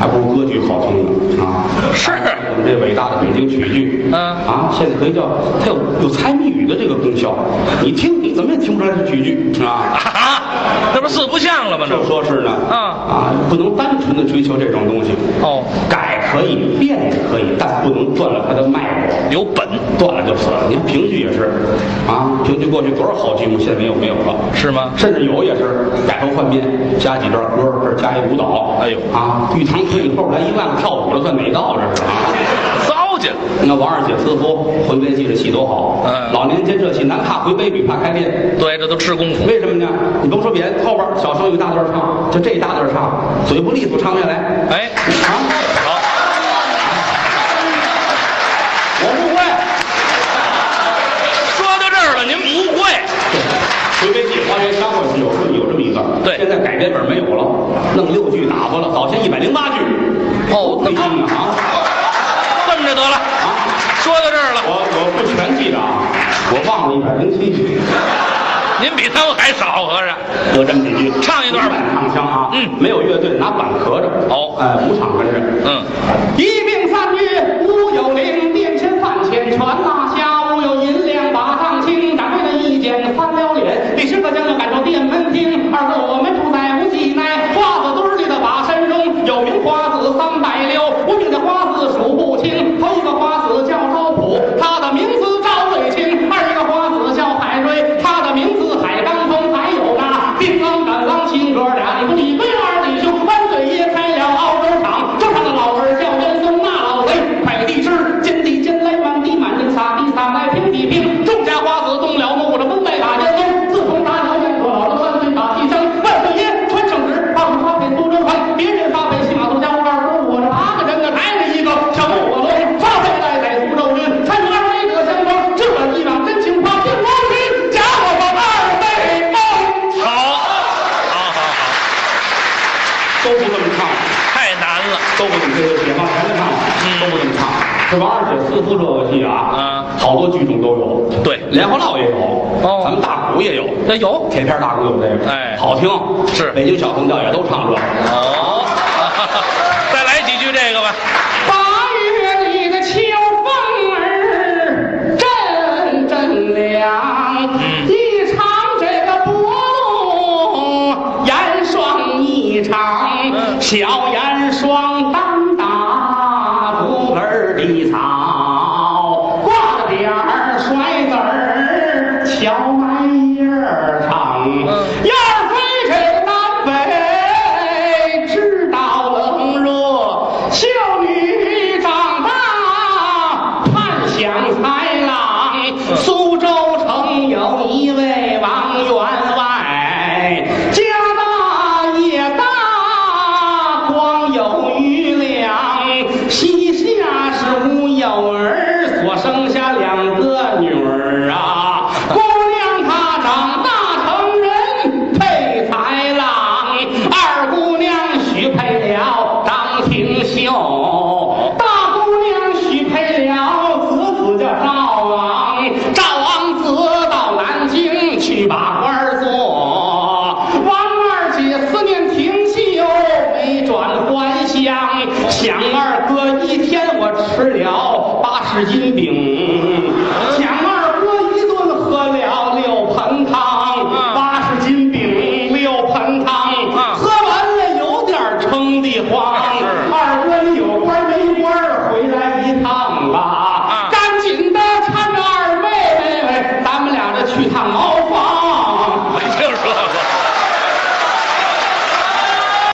B: 还不如歌剧好听呢啊！
C: 是
B: 我们这伟大的北京曲剧，
C: 嗯
B: 啊，现在可以叫它有有猜谜语的这个功效，你听你怎么也听不出来是曲剧啊。
C: 啊，那不四不像了吗？这
B: 就
C: 不
B: 说是呢，
C: 嗯
B: 啊，不能单纯的追求这种东西。
C: 哦，
B: 改可以，变也可以，但不能断了它的脉络。
C: 有本
B: 断了就死了。你看评剧也是，啊，评剧过去多少好剧目，现在没有没有了，
C: 是吗？
B: 甚至有也是改头换面，加几段歌，这儿加一舞蹈，
C: 哎呦
B: 啊，玉堂春雨后来一万个跳舞的算哪道这是啊？
C: 糟践，
B: 那王二姐私服回编戏这戏多好，
C: 嗯
B: 老年间这戏难怕回杯比怕开店。
C: 对，这都吃功夫。
B: 为什么呢？你甭说别的，后边小生有一大段唱，就这一大段唱，嘴不利索唱不下来。
C: 哎，
B: 啊，
C: 好，
B: 我不会。
C: 说到这儿了，您不会，
B: 回北戏花园商会是有这么有这么一段，
C: 对
B: 现在改编本没有了，弄六句打发了，早先一百零八句。
C: 哦那
B: 那啊
C: 这么着得了，说到这儿
B: 啊！
C: 了，
B: 我我不全记得啊，我忘了一百零七句，
C: 您比他们还少，合着。
B: 有这么几句，
C: 唱一段吧
B: 唱腔啊，
C: 嗯
B: 没有乐队，拿板咳着。
C: 哦
B: 哎，五场跟着。
C: 嗯，
B: 一命三月无有灵，殿前饭前传那下，无有银两把上清，打开了一剪翻了脸。第十个将军赶到殿门厅，二个我们住在无忌奈，花子堆里的把山中，有名花子三百六，无名的花子数不清。头一个花子叫赵普，他的名字赵瑞清；二一个花子叫海瑞，他的名字海当风。还有那丁刚、赶刚、新哥俩，你不你为二弟兄，弯嘴爷开了澳洲厂，这上的老儿叫严嵩，那老贼快地师，见地见来满地满，人撒地撒来平地平，众家花子动了怒，这门外打严嵩，自从打了燕国老了三军打西乡，万岁爷传圣旨，二十八品都州传，别人发配西马都江，二十五我这八个人呢，来了一个小木火龙，发配在在苏州军，参军二十一个相公，置我一往真情话，天光云，假我们二位梦。
C: 好，好，好，好，
B: 都不这么唱，
C: 太难了。
B: 都不怎么这个解放前的唱，都不这么唱。这王二姐私服这个戏啊，
C: 嗯
B: 好多剧种都有，
C: 对
B: 莲花落也有，
C: 哦
B: 咱们大鼓也有，
C: 那有，
B: 铁片大鼓有这个，
C: 哎
B: 好听，
C: 是
B: 北京小童调也都唱这个。
C: 哦， 再来几句这个吧。
A: 八月里的秋风儿阵阵凉，
C: 嗯
A: 一场这个波动，严霜一场，
C: 嗯
A: 小严霜单打竹根的草，挂着点儿甩子儿，荞麦叶儿长，
C: 嗯
A: 要非这南北知道冷热。秀女长大，盼想才郎。苏州城有一位王员外，家大业大，光有余粮。膝下是无有儿，所生下两个女儿啊。姑娘她长大成人，配才郎。二姑娘许配了张廷秀，大姑娘许配了子子叫赵昂，赵昂子到南京去把官儿做。王二姐思念廷秀，没转还乡，想二哥一。
C: 啊